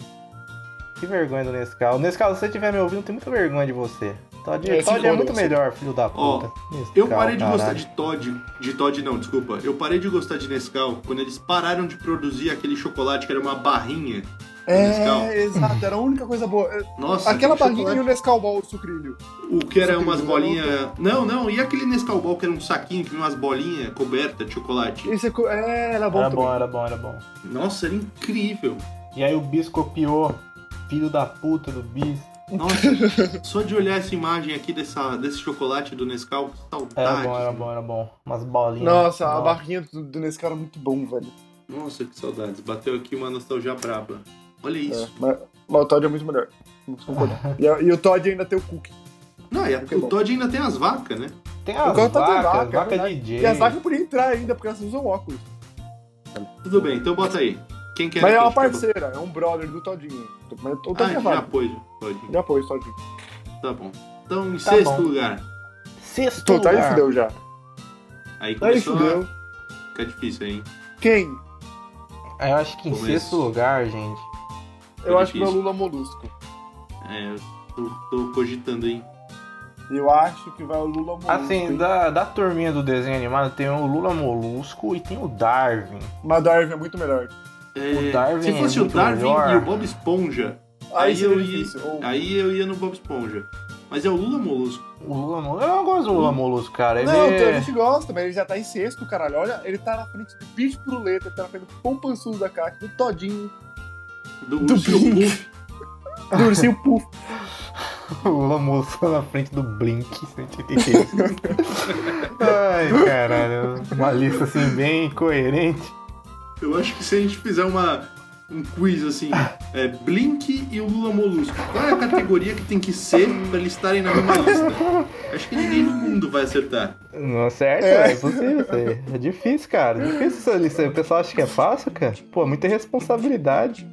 Que vergonha do Nescau. Nescau, se você estiver me ouvindo, tem muita vergonha de você. Todd, É, se Todd é foda, muito você. melhor, filho da Ó, puta. Eu Nescau, parei de gostar caralho. de Todd. De Todd não, desculpa. Eu parei de gostar de Nescau quando eles pararam de produzir aquele chocolate que era uma barrinha. É, Nescau. exato, era a única coisa boa. É, Nossa, Aquela aquele barrinha e o Nescau Ball, o sucrilho. O que era Você umas pegou, bolinhas. Não, não, e aquele Nescau Ball que era um saquinho que vinha umas bolinhas cobertas de chocolate? Esse é, co- é, era bom Era também. bom, era bom, era bom. Nossa, era incrível. E aí o Bis copiou. Filho da puta do Bis. Nossa, só de olhar essa imagem aqui dessa, desse chocolate do Nescau, Ah, que Era saudade. bom, é. era bom, era bom. Umas bolinhas. Nossa, a Nossa. barrinha do, do Nescau era muito bom, velho. Nossa, que saudades. Bateu aqui uma nostalgia braba. Olha É, isso. mas, mas o Todd é muito melhor. Vamos concordar. e, a- e o Todd ainda tem o cookie. Não, e a, Muito o é bom. Todd ainda tem as vacas, né? Tem as Enquanto vacas, tá tendo vaca, vaca, é vaca verdade. DJ. E as vacas por entrar ainda, porque elas usam óculos. Tudo bem, então bota aí. Quem quer Mas é uma que a gente parceira, é um brother do Todinho. Mas o acabou? Ah, a Todd é gente já vaga. apoio, Todd. Já pôs, Todinho. Tá bom. Então, em Tá sexto bom. lugar, Sexto Puta, tá aí é. lugar. fudeu já. Aí Aí começou a fudeu. ficar difícil, hein? Quem? É, Eu acho que em Começo. sexto lugar, gente. Eu acho que meu difícil. Lula Molusco. É, eu tô, tô cogitando, hein? Eu acho que vai o Lula Molusco. Assim, hein? da, da turminha do desenho animado tem o Lula Molusco e tem o Darwin. Mas Darwin é muito melhor. É, Darwin se é fosse o muito Darwin melhor. e o Bob Esponja, Aí Aí, seria eu ia- difícil. Ou- aí eu ia no Bob Esponja. Mas é o Lula Molusco. O Lula Molusco. Eu gosto do Lula Molusco, cara. Ele Não, então a é... gente gosta, mas ele já tá em sexto, caralho. Olha, ele tá na frente do bicho piruleta, ele tá na frente do pão pançudo da caixa, do todinho, Do, Do Ursinho Blink. Puff. do ursinho puff. o Lula Molusco tá na frente do Blink 182. Ai, caralho. Uma lista assim bem coerente. Eu acho que se a gente fizer uma, um quiz assim, é Blink e o Lula Molusco, qual é a categoria que tem que ser pra eles estarem na mesma lista? Acho que ninguém no mundo vai acertar. Não certo, é, impossível isso aí. É difícil, cara. É difícil essa lista. O pessoal acha que é fácil, cara. Pô, muita responsabilidade.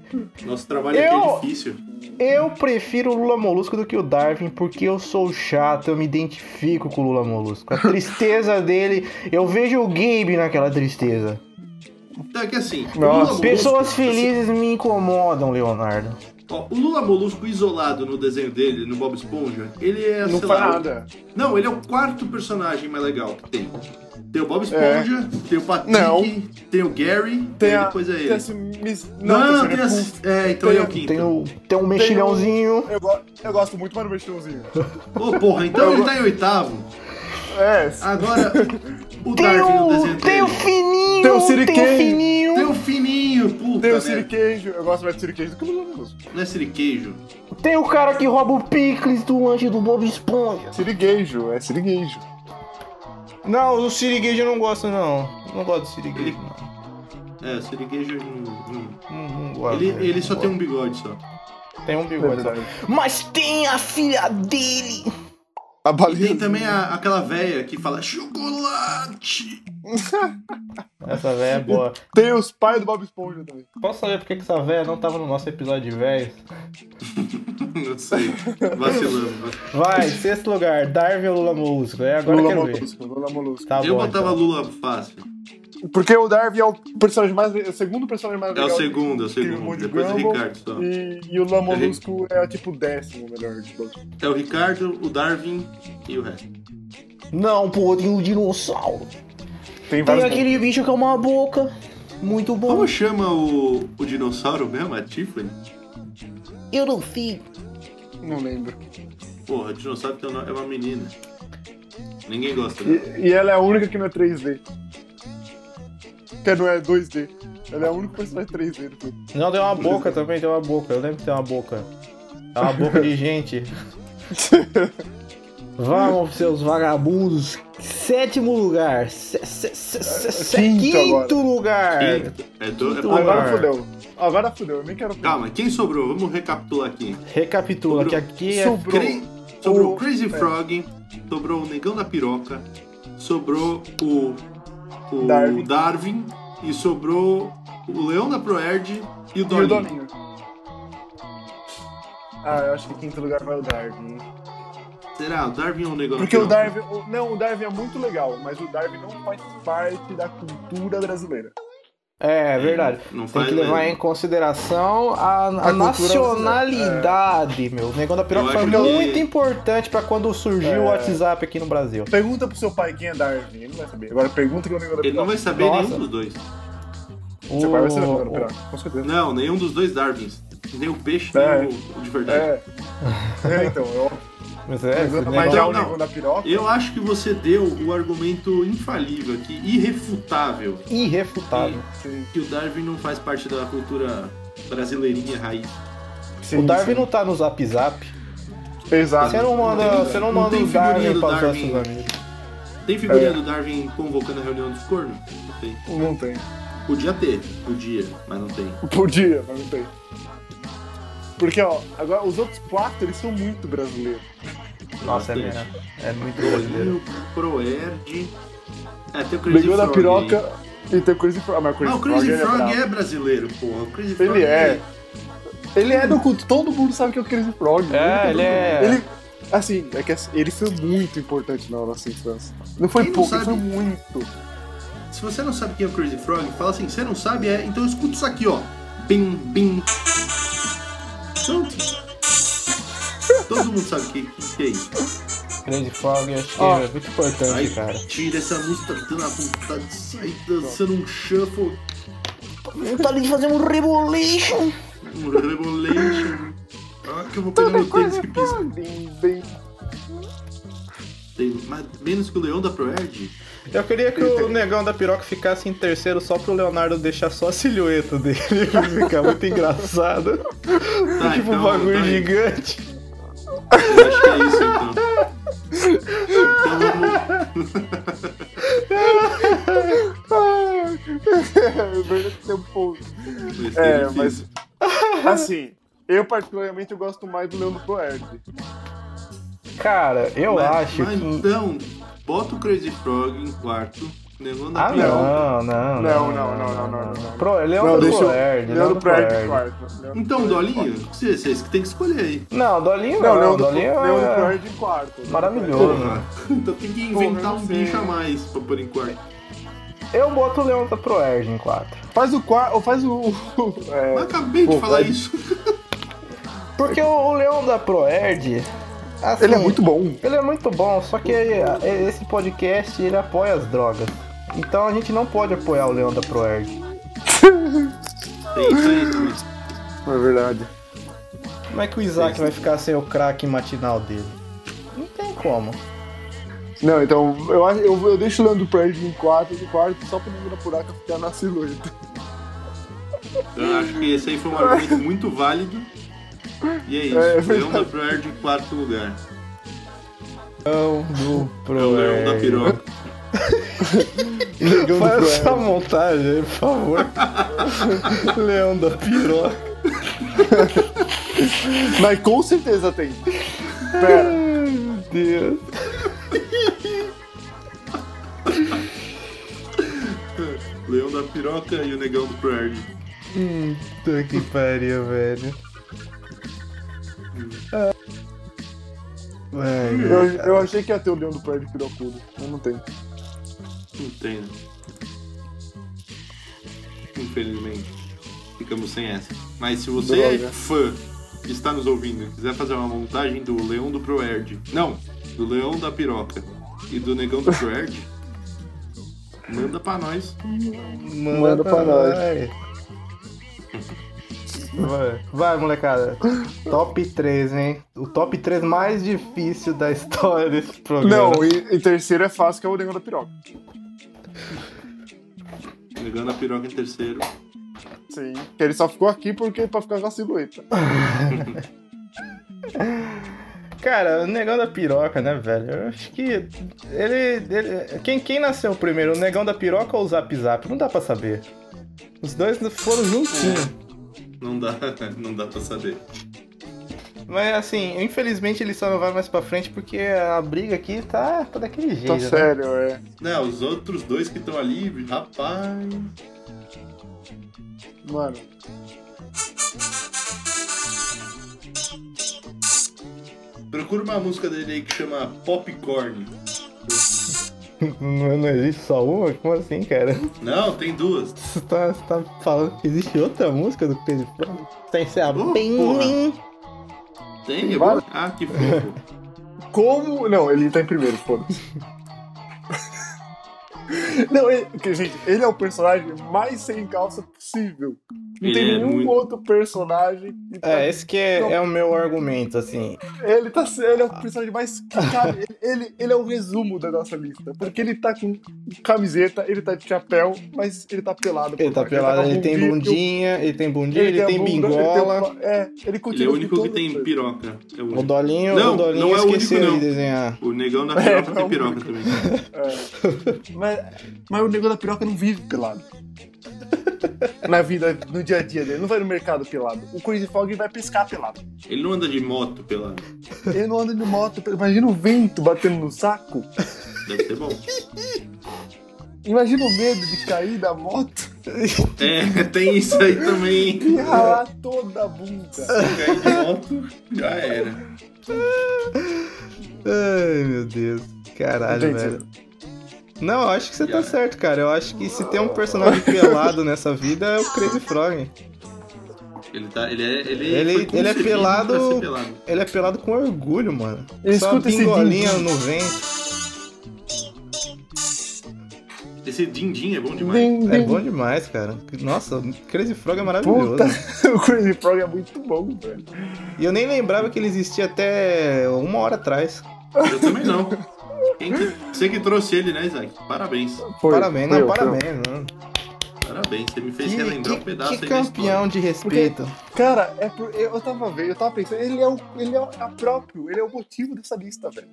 Nosso trabalho aqui Eu- é difícil. Eu prefiro o Lula Molusco do que o Darwin porque eu sou chato, eu me identifico com o Lula Molusco. A tristeza dele, eu vejo o Gabe naquela tristeza. Então é que assim, o Lula Nossa, Molusco- Pessoas felizes me incomodam, Leonardo. Ó, o Lula Molusco isolado no desenho dele, no Bob Esponja, ele é, Não sei faz lá, nada. Não, ele é o quarto personagem mais legal que tem. Tem o Bob Esponja, tem o Patrick, Não. tem o Gary, É. Tem e a. depois é Tem ele. a Miss- Não, Não, tem tem a Senhora Puff. a... É, então Tem ele é o a- quinto. Tem, o, tem um mexilhãozinho. eu, go- eu gosto muito mais do mexilhãozinho. Ô, porra, então ele tá em oitavo. É, Agora, o Tem Darwin no o, desenho tem o dele. um, fininho. Tem o Tem um siriqueiro. o fininho. Tem o fininho, puta, tem o né? siriqueijo. Eu gosto mais do siriqueijo do que o Lula Molusco. Não é siriqueijo. Tem o cara que rouba o picles do anjo do Bob Esponja. Sirigueijo, é sirigueijo. Não, o sirigueijo eu não gosto, não. Não gosto do sirigueijo, não. É, o siriqueijo... hum, hum. Não, não gosto. Ele, velho, ele não só gosto. tem um bigode, só. Tem um É bigode. só. verdade. Mas tem a filha dele. A E baleia. tem também a- aquela véia que fala chocolate. Essa véia é boa. Tem os pais do Bob Esponja também. Posso saber por que que essa véia não tava no nosso episódio de véias? Não sei, vacilando. Vai, sexto lugar, Darwin ou Lula Molusco? É, agora eu Lula quero ver. Molusco, Lula Molusco. Tá Eu bom, botava então. Lula fácil. É Porque o Darwin é o personagem mais. É o segundo personagem mais É o legal. segundo, é Tem um o segundo. monte de Depois o Gumball. Ricardo só. E, e o Lula Molusco é tipo o décimo melhor de todos. É o Ricardo, o Darwin e o resto. Não, pô, tem o dinossauro. Tem então. Tem vários. aquele bicho que é uma boca. Muito bom. Como chama o, o dinossauro mesmo? É Tiflin? Eu não fico. Não lembro. Porra, o dinossauro tem um nome- é uma menina. Ninguém gosta dela. E, e ela é a única que não é 3D. Que não é 2D. Ela é a única personagem 3D do filme. Não, tem uma boca também, tem uma boca. Eu lembro que tem uma boca. É uma boca de gente. Vamos, seus vagabundos. Sétimo lugar. Se- se- se- se- se- Quinto Quinto agora. lugar. É do, é Quinto por- Agora Porra. fudeu. Agora fudeu, eu nem quero. Calma, quem sobrou? Vamos recapitular aqui. Recapitula que aqui é Sobrou. Cre- Sobrou Oh, é. o O- Crazy Frog, sobrou o Negão da Piroca, sobrou o, o Darwin. Darwin. e sobrou o Leão da Proerd e o E o Dolinho. Doninho. Ah, eu acho que em quinto lugar vai o Darwin. Será? O Darwin ou o Negão Porque da o Piroca? Darwin. o- Não, o Darwin é muito legal, mas o Darwin não faz parte da cultura brasileira. É, verdade. não Tem faz que levar mesmo. em consideração a, a cultura, nacionalidade, meu. O negócio da piroca Eu foi acho que- muito importante pra quando surgiu o É. WhatsApp aqui no Brasil. Pergunta pro seu pai quem é Darwin, ele não vai saber. Agora pergunta quem é o negócio da Ele não piroca. vai saber Nossa. nenhum dos dois. Seu pai vai saber o é O- negócio da piroca, com certeza. Não, nenhum dos dois Darwins. Nem o peixe, É. nem o, o de verdade. É. É, então, eu Mas é, esse pergunta negócio- mais Então, já o não. negócio da piroca. Eu acho que você deu o argumento infalível aqui, irrefutável, um irrefutável. Sim, que o Darwin não faz parte da cultura brasileirinha raiz. sim, O Darwin sim. não tá no Zap Zap. Exato. Você não manda, Não tem- você não não manda tem o figurinha Darwin do pra usar Darwin. seus amigos. Tem figurinha É. do Darwin convocando a reunião dos cornos? Não tem. Não tem. Podia ter, podia, mas não tem. Podia, mas não tem. Porque, ó, agora os outros quatro, eles são muito brasileiros. Nossa, é Bastante. mesmo. É muito brasileiro. Dolinho, Proerd. É, tem o Crazy Pegou da Frog piroca aí. e tem o Crazy Frog. Ah, mas o Crazy, Ah, o Crazy Frog, Frog ele é, é brasileiro, porra. O Crazy bravo. Frog Ele é. Ele é do culto. Todo mundo sabe que é o Crazy é Frog. É, ele é. Ele, Assim, é que assim, ele foi muito importante na nossa infância. Não foi Quem não pouco, sabe- ele foi muito. Se você não sabe quem é o Crazy Frog, fala assim, você não sabe, é, então escuta isso aqui, ó. Bim, bim. Pronto. Todo mundo sabe o que, que, que é isso. Grande Frog, eu acho que Ó. é muito importante, cara. Tira essa música, tá dando a vontade de sair dançando um shuffle, Vontade de fazer um revolution. um rebolation. Ah, que eu vou pegar meu tênis que pisca. Bem, bem. Tem mais- menos que o leão da Proerd. Eu queria que o negão da piroca ficasse em terceiro só pro Leonardo deixar só a silhueta dele. Ficar muito engraçado. Tá, tipo um então, bagulho tá aí. gigante. Eu acho que é isso, então. Então vamos... É verdade que tem um pouco. Esse É, difícil. mas- Assim, eu particularmente eu gosto mais do Leandro Proerd. Cara, eu Mas- acho mas Hum. que. Então, bota o Crazy Frog em quarto. né, Negão da Ah, piroca. não, não. Não, não, não, não, não, não. Pro, Ah. é Leandro deixa eu- Proerd, Leandro Proerd em Proerd. quarto. Leandro Então, Proerd em Dolinho, vocês vocês que tem que escolher aí. Não, Dolinho quarto. Não, não. Leandro, Dolinho é- Leandro Proerd em quarto. Maravilhoso. Então tem que Porra, inventar eu um sei. bicho a mais pra pôr em quarto. Eu boto o Leandro Proerd em 4. Faz o quarto, ou faz o... Eu é, acabei de Pô, falar vai- isso. Porque o, o Leão da Proerd. assim, Ele é muito bom. Ele é muito bom, só que eh, esse podcast ele apoia as drogas. Então a gente não pode apoiar o Leão da Proerd. Tem isso aí, Luiz. É verdade. Como é que o Isaac vai ficar sem o craque matinal dele? Não tem como. Não, então eu, acho- eu, eu deixo o Leandro Proerd em quarto, em quarto, só pra menina buraca ficar na silhueta. Eu acho que esse aí foi um argumento muito válido. E é isso. É, é leão da Proerd em quarto lugar. Leão do É o leão da piroca. Negão do Faz essa Proerd. montagem aí, por favor. Leão da piroca. Mas com certeza tem. Pera, Ai, meu Deus. Leão da piroca e o negão do Proerd. Hum, Puta que pariu, velho. Ah. Ai, eu, eu achei que ia ter o Leandro Proerd pirocudo, mas não tem. Não tem, né? Infelizmente. Ficamos sem essa. Mas se você é Droga. fã que está nos ouvindo e quiser fazer uma montagem do Leão do Proerd. Não, do Leão da Piroca e do Negão do Proerd, manda pra nós. Manda, Manda pra nós. Vai. Vai, molecada. Top 3, hein? O top 3 mais difícil da história desse programa. Não, e, e terceiro é fácil, que é o Negão da Piroca. Negão da Piroca em terceiro. Sim. Que ele só ficou aqui porque é pra ficar com a silhueta. Cara, o negão da piroca, né, velho? Eu acho que. Ele. ele- quem, quem nasceu primeiro? O negão da piroca ou o zap zap? Não dá pra saber. Os dois foram juntinhos. Não dá, não dá pra saber. Mas assim, infelizmente ele só não vai mais pra frente porque a briga aqui tá, tá daquele jeito. Tá né? sério, é. Não, os outros dois que estão ali, rapaz. Mano. Procura uma música dele aí que chama Popcorn. né? Não, não existe só uma? Como assim, cara? Não, tem duas. Você tá, você tá falando que existe outra música do Pedro Franco? Tá Tem que ser a Ô, porra. Tem? eu- várias. Ah, que fofo. Como. Não, ele tá em primeiro, foda-se. Não, ele, porque, gente, ele é o personagem mais sem calça possível. Não tem Ele é nenhum muito- outro personagem que tá É, esse que é, é o meu argumento, assim. Ele, tá, ele é o personagem mais. Cara, ele- ele, ele é o resumo da nossa lista. Porque ele tá com camiseta, ele tá de chapéu, mas ele tá pelado. por Ele tá baixo. pelado, com ele tem bico, bundinha, ele tem bundinha, ele, a tem, bunda, bingola. Ele tem, o- é, ele Ele é continua o com único que todas tem as coisas. piroca. É o, O único. Dolinho, Não, o Dolinho não é o único, esqueceu não. de desenhar. o negão da piroca não é tem o piroca também. Mas, mas o negócio da piroca não vive pelado. Na vida, no dia a dia dele. Não vai no mercado pelado. O Crazy Frog vai pescar pelado. Ele não anda de moto pela. Ele não anda de moto. pelado. Imagina o vento batendo no saco. Deve ser bom. Imagina o medo de cair da moto. É, tem isso aí também. E ralar toda a bunda. Fica idiota, já era. Ai, meu Deus. Caralho, Entendi. velho. Não, eu acho que você tá certo, cara. Eu acho que se tem um personagem pelado nessa vida é o Crazy Frog. Ele, tá, ele, é, ele, Ele- foi ele é concebido pelado- pra ser pelado. Ele é pelado com orgulho, mano. Eu Só escuto esse pingolinha din-din. no vento. Esse din-din é bom demais. Din, É din. bom demais, cara. Nossa, o Crazy Frog é maravilhoso. Puta. O Crazy Frog é muito bom, velho. E eu nem lembrava que ele existia até uma hora atrás. Eu também não. Quem que- Você que trouxe ele, né, Isaac? Parabéns. Foi, parabéns, foi não, eu, foi eu. parabéns, mano. Parabéns. Você me fez Que, relembrar um que- pedaço que aí da história. campeão de respeito. Cara, é por- eu, eu tava vendo, eu tava pensando, ele é o ele é o- a próprio, ele é o motivo dessa lista, velho.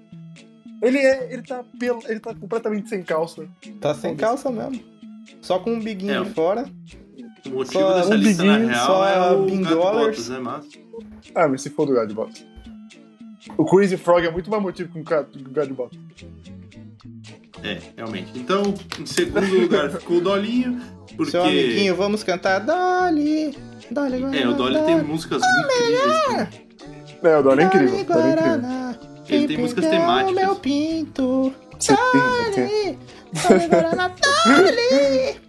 Ele é, ele tá pel, ele tá completamente sem calça. Tá sem calça mesmo. Só com um biguinho É. de fora. O motivo Só dessa um lista, na biguinho, real, só é o Bin Gato Dollars. Botas, né, mas... Ah, mas se for do Gadbot. O Crazy Frog é muito mais motivo que o Ca- que o Gadbot. É, realmente. Então, em segundo lugar ficou o Dolinho, porque... Seu amiguinho, vamos cantar Dolly. Dolly Guaraná. É, o Dolly tem músicas muito incríveis. né? É, o Dora é incrível. O Dora é incrível. Guaraná. Ele tem músicas Quem pegar o temáticas. meu pinto. Você tem, né? Dolly. Dolly Guaraná. Dolly.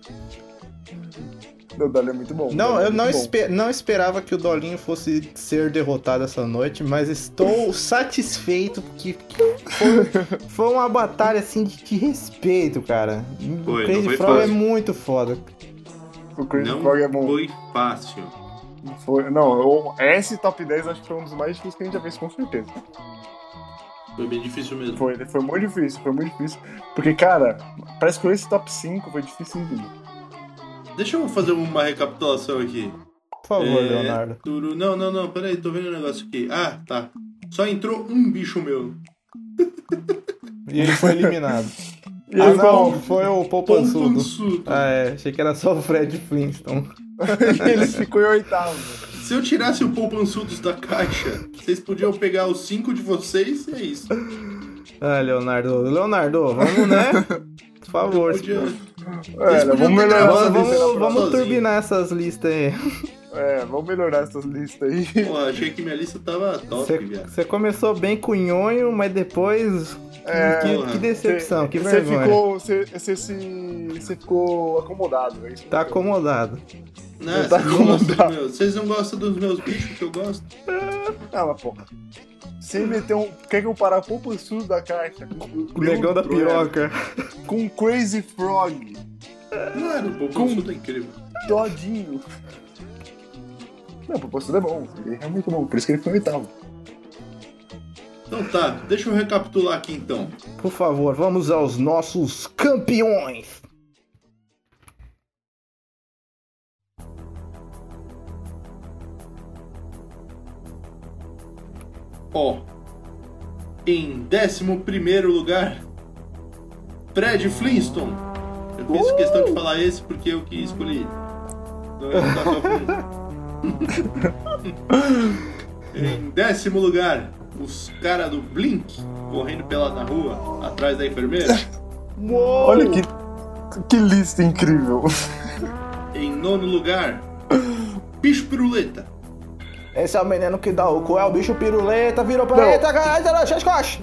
O Dora é muito bom. o Não, Dora é eu não, muito bom. espe- não esperava que o Dolinho fosse ser derrotado essa noite, mas estou satisfeito que que foi, foi uma batalha assim de, de respeito, cara. Foi, o não foi Crazy Frog é fácil. muito foda. O Crazy Não Frog é bom. foi fácil. Foi- não, eu- esse top 10 acho que foi um dos mais difíceis que a gente já fez, com certeza. Foi bem difícil mesmo. Foi, foi muito difícil, foi muito difícil. Porque, cara, pra escolher esse top 5 foi difícil. mesmo. Deixa eu fazer uma recapitulação aqui. Por favor, É, Leonardo. Turu- Não, não, não, peraí, tô vendo um negócio aqui. Ah, tá. Só entrou um bicho meu. E ele foi eliminado. E ah, aí, não, foi o Poupançudo. Pompansudo. Ah, é. Achei que era só o Fred Flintstone. ele ficou em oitavo. Se eu tirasse o Poupansudos da caixa, vocês podiam pegar os cinco de vocês e é isso. Ah, Leonardo. Leonardo, vamos, né? Por favor. Podia... É, podiam vamos ter melhorar gravado essa Vamos, lista. essa vamos, na vamos sozinho. turbinar essas listas aí. próxima. É, vamos melhorar essas listas aí. Pô, achei que minha lista tava top, viado. Você começou bem com nhonho, mas depois. É, que, porra. que decepção, que Você vergonha. ficou, você, você se, você ficou acomodado. É isso Tá mesmo. acomodado. Não, tá vocês não gostam acomodado. do meu- vocês não gostam dos meus bichos que eu gosto? Ah, mas porra. Sem meter um. Quer que eu parar o pompançudo da caixa? O negão da piroca. é, Com Crazy Frog. Claro, o Poupansudo é incrível. Dodinho. Não, o pompançudo é bom. Ele é realmente bom. Por isso que ele foi em oitavo. Então tá, deixa eu recapitular aqui então. Por favor, vamos aos nossos campeões. Ó, em 11 lugar, Fred Flintstone. Eu fiz Uh! questão de falar esse porque eu que escolhi. é Então eu vou ficar só com um. Em décimo lugar, os caras do Blink correndo pelado na rua, atrás da enfermeira. Uou! Olha que, que lista incrível. Em nono lugar, Bicho Piruleta. Esse é o menino que dá o cu, é o bicho piruleta, virou planeta, caralho, caralho, xas, coxas.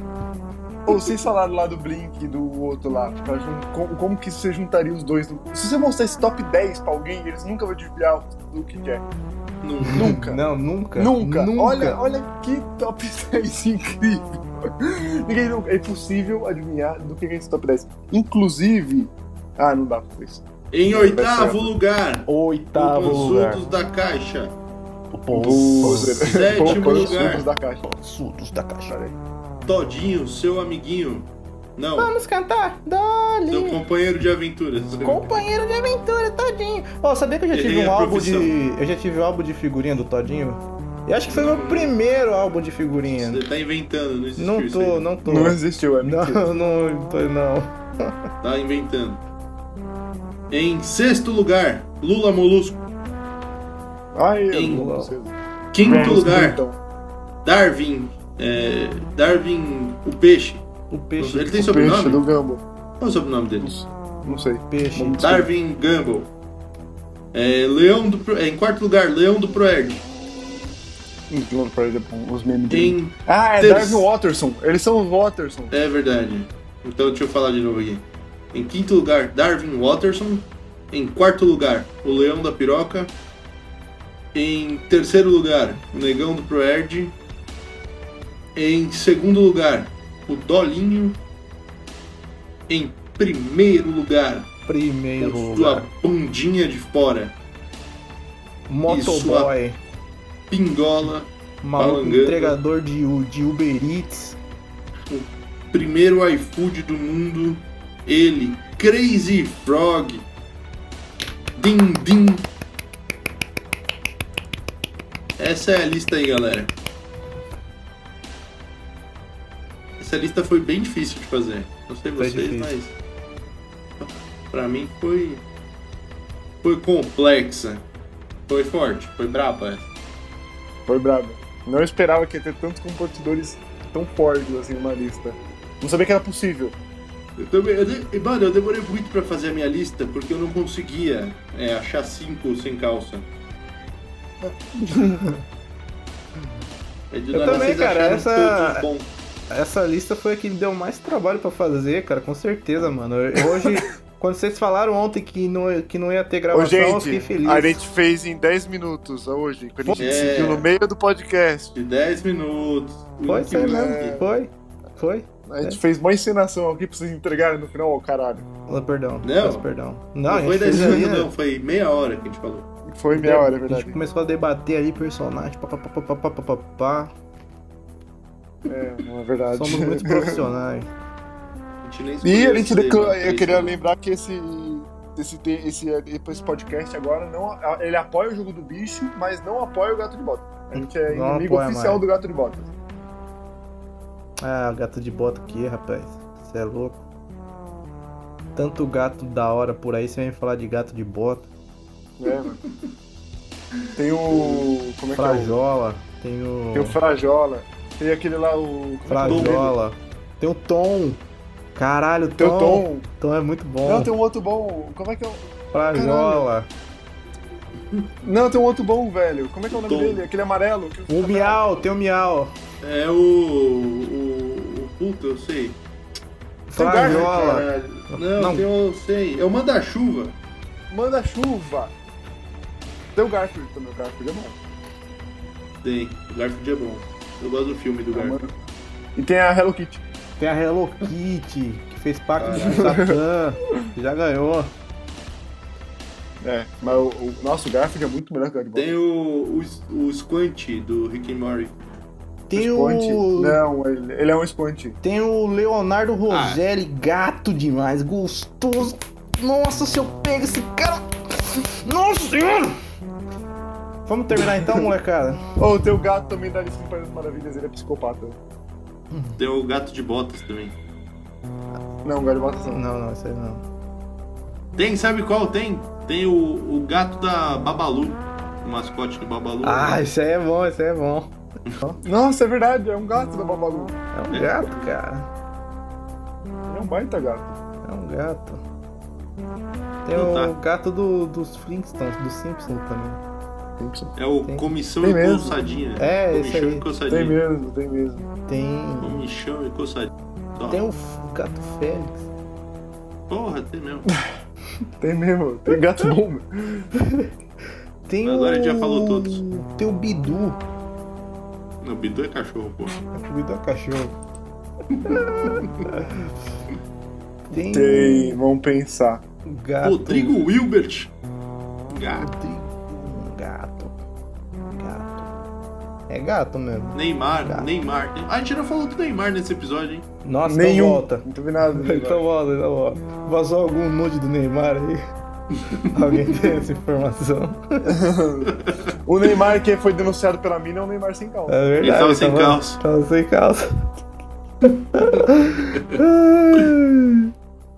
Ou vocês falaram lá do Blink e do outro lá. pra jun- como, como que você juntaria os dois? no- Se você mostrar esse top 10 pra alguém, eles nunca vão adivinhar do que que é. Não, Nunca. Não, nunca. Nunca. Nunca. Olha, olha que top 10 incrível. Ninguém nunca- É impossível adivinhar do que que é esse top 10. Inclusive. Ah, não dá pra isso. Em oitavo lugar, Oitavo lugar. Poupansudos da Caixa. Poser. Sétimo Poucos lugar. surdos da caixa. Sudos da caixa. Todinho, seu amiguinho. Não, Vamos cantar? seu Dolly. companheiro de aventuras. Companheiro de aventura, Todinho. Ó, sabia que eu já Errei tive um a álbum profissão. de. Eu já tive um álbum de figurinha do Todinho? Eu acho que foi meu primeiro álbum de figurinha. Você tá inventando, não existe Não isso tô, aí. não tô. Não existiu, é Não, mentira. não tô, não. Tá inventando. Em sexto lugar, Lula Molusco. Ai, eu Em- não consigo. Quinto Vamos, lugar, então. Darwin. é, Darwin, o peixe. O peixe. Ele tem Peixe sobrenome? do Gambo. Qual é o sobrenome dele? Não sei. Peixe. Darwin Gamble. É, Leão do Pro- é, em quarto lugar, Leão do Proerd. Não, pra ele, bom, Os memes dele. Em... Ah, é Terce- Darwin Watterson. Eles são os Watterson. É verdade. Então deixa eu falar de novo aqui. Em quinto lugar, Darwin Watterson. Em quarto lugar, o Leão da Piroca. Em terceiro lugar, o Negão do Proerd. Em segundo lugar, o Dolinho. Em primeiro lugar, Primeiro com sua lugar. bundinha de fora, Motoboy. pingola, Maluco balangando. entregador de, U- de Uber Eats. primeiro iFood do mundo, ele, Crazy Frog, Din Din. Essa é a lista aí, galera. Essa lista foi bem difícil de fazer. Não sei Foi vocês, difícil. mas. Pra mim foi. Foi complexa. Foi forte, foi braba. essa. Foi brabo. Não esperava que ia ter tantos competidores tão fortes assim numa lista. Não sabia que era possível. Eu também, eu de- e, mano, eu demorei muito pra fazer a minha lista porque eu não conseguia é, achar cinco sem calça. É de Eu nada, também, vocês cara, acharam essa- todos bom. Essa lista foi a que deu mais trabalho pra fazer, cara, com certeza, mano. Eu- Hoje, quando vocês falaram ontem que não, que não ia ter Ô, gravação, eu fiquei gente, feliz. a gente fez em 10 minutos hoje, quando a gente É. decidiu no meio do podcast. De 10 minutos. Foi, Wink, foi wink. É. mesmo. Foi, foi. A gente fez uma encenação aqui pra vocês entregarem no final, ó, caralho. Ah, Perdão, Não. peço perdão. Não, a Não gente foi 10 fez ali, minutos, né? não, foi meia hora que a gente falou. Foi meia hora, é A gente verdade. começou a debater ali personagem, papapá. É, é verdade. Somos muito profissionais. A gente nem E escolheu a gente esse tema, declara, foi eu isso, queria mano. lembrar que esse, esse, te- esse, esse podcast agora não ele apoia o jogo do bicho, mas não apoia o gato de bota. A gente é Não inimigo apoia oficial mais. do gato de bota. Ah, gato de bota aqui, rapaz. Você é louco. Tanto gato da hora por aí, você vem falar de gato de bota. É, mano. Tem o. Como é que é? O, Frajola, tem o. tem o Frajola. Tem aquele lá, o. como é que é o nome dele? Frajola. Tem o Tom. Caralho, Tom. Tem o Tom. Tom é muito bom. Não, tem um outro bom. Como é que é o. Frajola. Não, tem um outro bom, velho. Como é que é o nome Tom. dele? Aquele amarelo. que- O Miau, tem o Miau. É o. o, o puta, eu sei. Tem um o Garfield, Frajola. Caralho. Não, Não. tem o- eu sei. É o manda-chuva. Manda chuva. Tem o Garfield também, o Garfield é bom. Tem. O Garfield é bom. Eu gosto do filme É É. do Garfield. E tem a Hello Kitty. Tem a Hello Kitty, que fez pacto Caralho. do Satã. que Já ganhou. É, mas o, o nosso Garfield é muito melhor que o Garfield. Tem o, o, o Squint do Rick and Morty. Tem o. Sponge. é um Não, ele, ele é um esponte. Tem o Ah. Leonardo Roselli, gato demais, gostoso. Nossa, se eu pego esse cara. Nossa senhora! Vamos terminar então, molecada? Ou tem o gato também tá da Alice no País das Maravilhas, ele é psicopata. Tem o gato de botas também. Não, o gato bota não. Não, não, isso aí não. Tem, sabe qual tem? Tem o, o gato da Babalu. O mascote do Babalu. Ah, isso aí é bom, isso aí é bom. Nossa, é verdade, é um gato da Babalu. É um gato, cara. Ele é um baita gato. É um gato. Tem Então tá. o gato do, dos Flintstones, dos Simpsons também. é o tem. Comissão Tem e mesmo. Coçadinha. É, esse Comichão aí. Tem e Coçadinha. mesmo, tem mesmo. Tem. Comichão e Coçadinha. Só. Tem o f- gato Félix. Porra, tem mesmo. Tem mesmo, tem gato bom. meu. Tem o. Agora a gente já falou todos. Tem o Bidu. Não, Bidu é cachorro, pô. O Bidu é cachorro. Tem. Tem, vamos pensar. Um gato. Rodrigo Wilbert. Gato. Um gato. Um Gato. É gato mesmo. Neymar, Gato. Neymar. Ah, a gente não falou do Neymar nesse episódio, hein? Nossa, Nenhum. então volta. Não teve nada. né, Então volta, então volta. Vazou algum nude do Neymar aí? Alguém tem essa informação? velho? O Neymar que foi denunciado pela mina é um Neymar sem calça. É verdade. Ele tava sem tava- calça. Tava sem calça.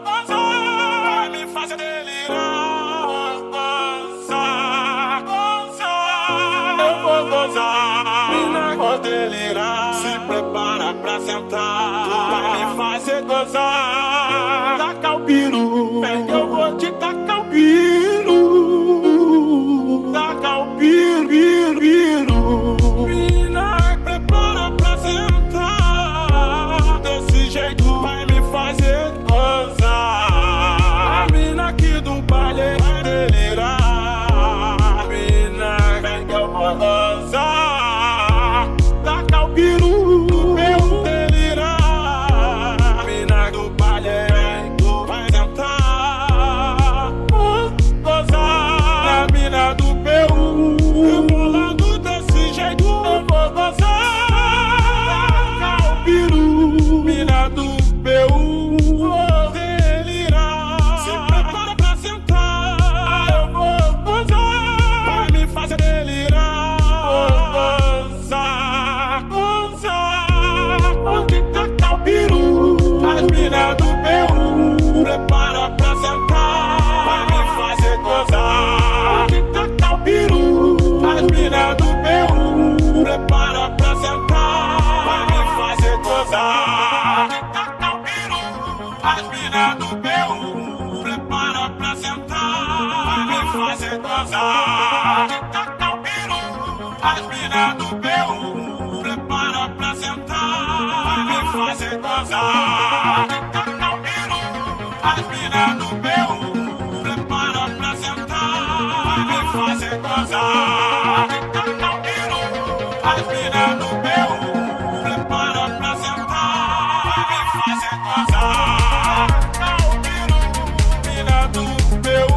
Vai me fazer delirar. vou delirar. Se prepara pra sentar. Vai me fazer gozar. Taca o biru. Vem que eu vou te tacar o biru. Taca o biru, biru, biru. Mina, prepara pra sentar. Desse jeito vai me fazer gozar. A mina aqui do baile vai delirar. Mina, vem que eu vou gozar. Taca o biru, eu delirar. Mina do baile vem, tu vai sentar. Ah, Gozar na mina do um. Peru. Rebolando desse jeito, eu vou gozar. Taca o biru, mina do Peru. Vou delirar. Se prepara pra sentar. Ah, Eu vou gozar. Vai me fazer delirar. Vou gozar, gozar. Onde taca o biru? As mina do Peru. Prepara pra sentar. Vai me fazer gozar. Onde taca o biru? As mina do Peru. Prepara pra sentar. Vai me fazer gozar. Onde taca o biru? As mina do Peru. Prepara pra sentar. Vai me fazer gozar. Onde taca o biru? As mina do Peru. Prepara pra sentar. Vai me fazer gozar. Onde taca o biru? As mina do Peru. Prepara pra sentar. Vai me fazer gozar. Onde taca o biru? As mina do Peru. Prepara pra sentar. Vai me fazer gozar. Taca o biru, mina do Peru.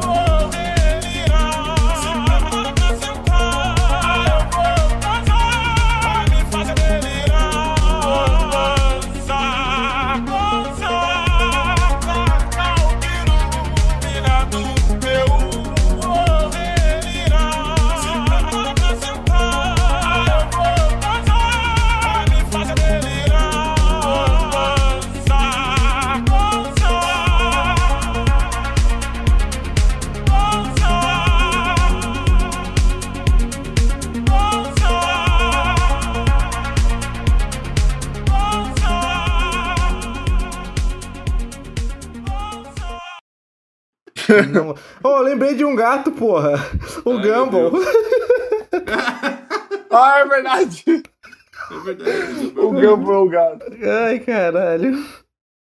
Vou delirar. Se prepara pra sentar. Eu vou gozar. Vai me fazer delirar. Vou gozar, gozar. Taca o biru, mina do Peru. Vou delirar. Se prepara pra sentar. Eu vou gozar. Vai me fazer delirar. Vou gozar, gozar. Não- Oh, lembrei de um gato, porra. O Gumball. Ah, é verdade. É verdade. O Gambo é o gato. Ai, caralho.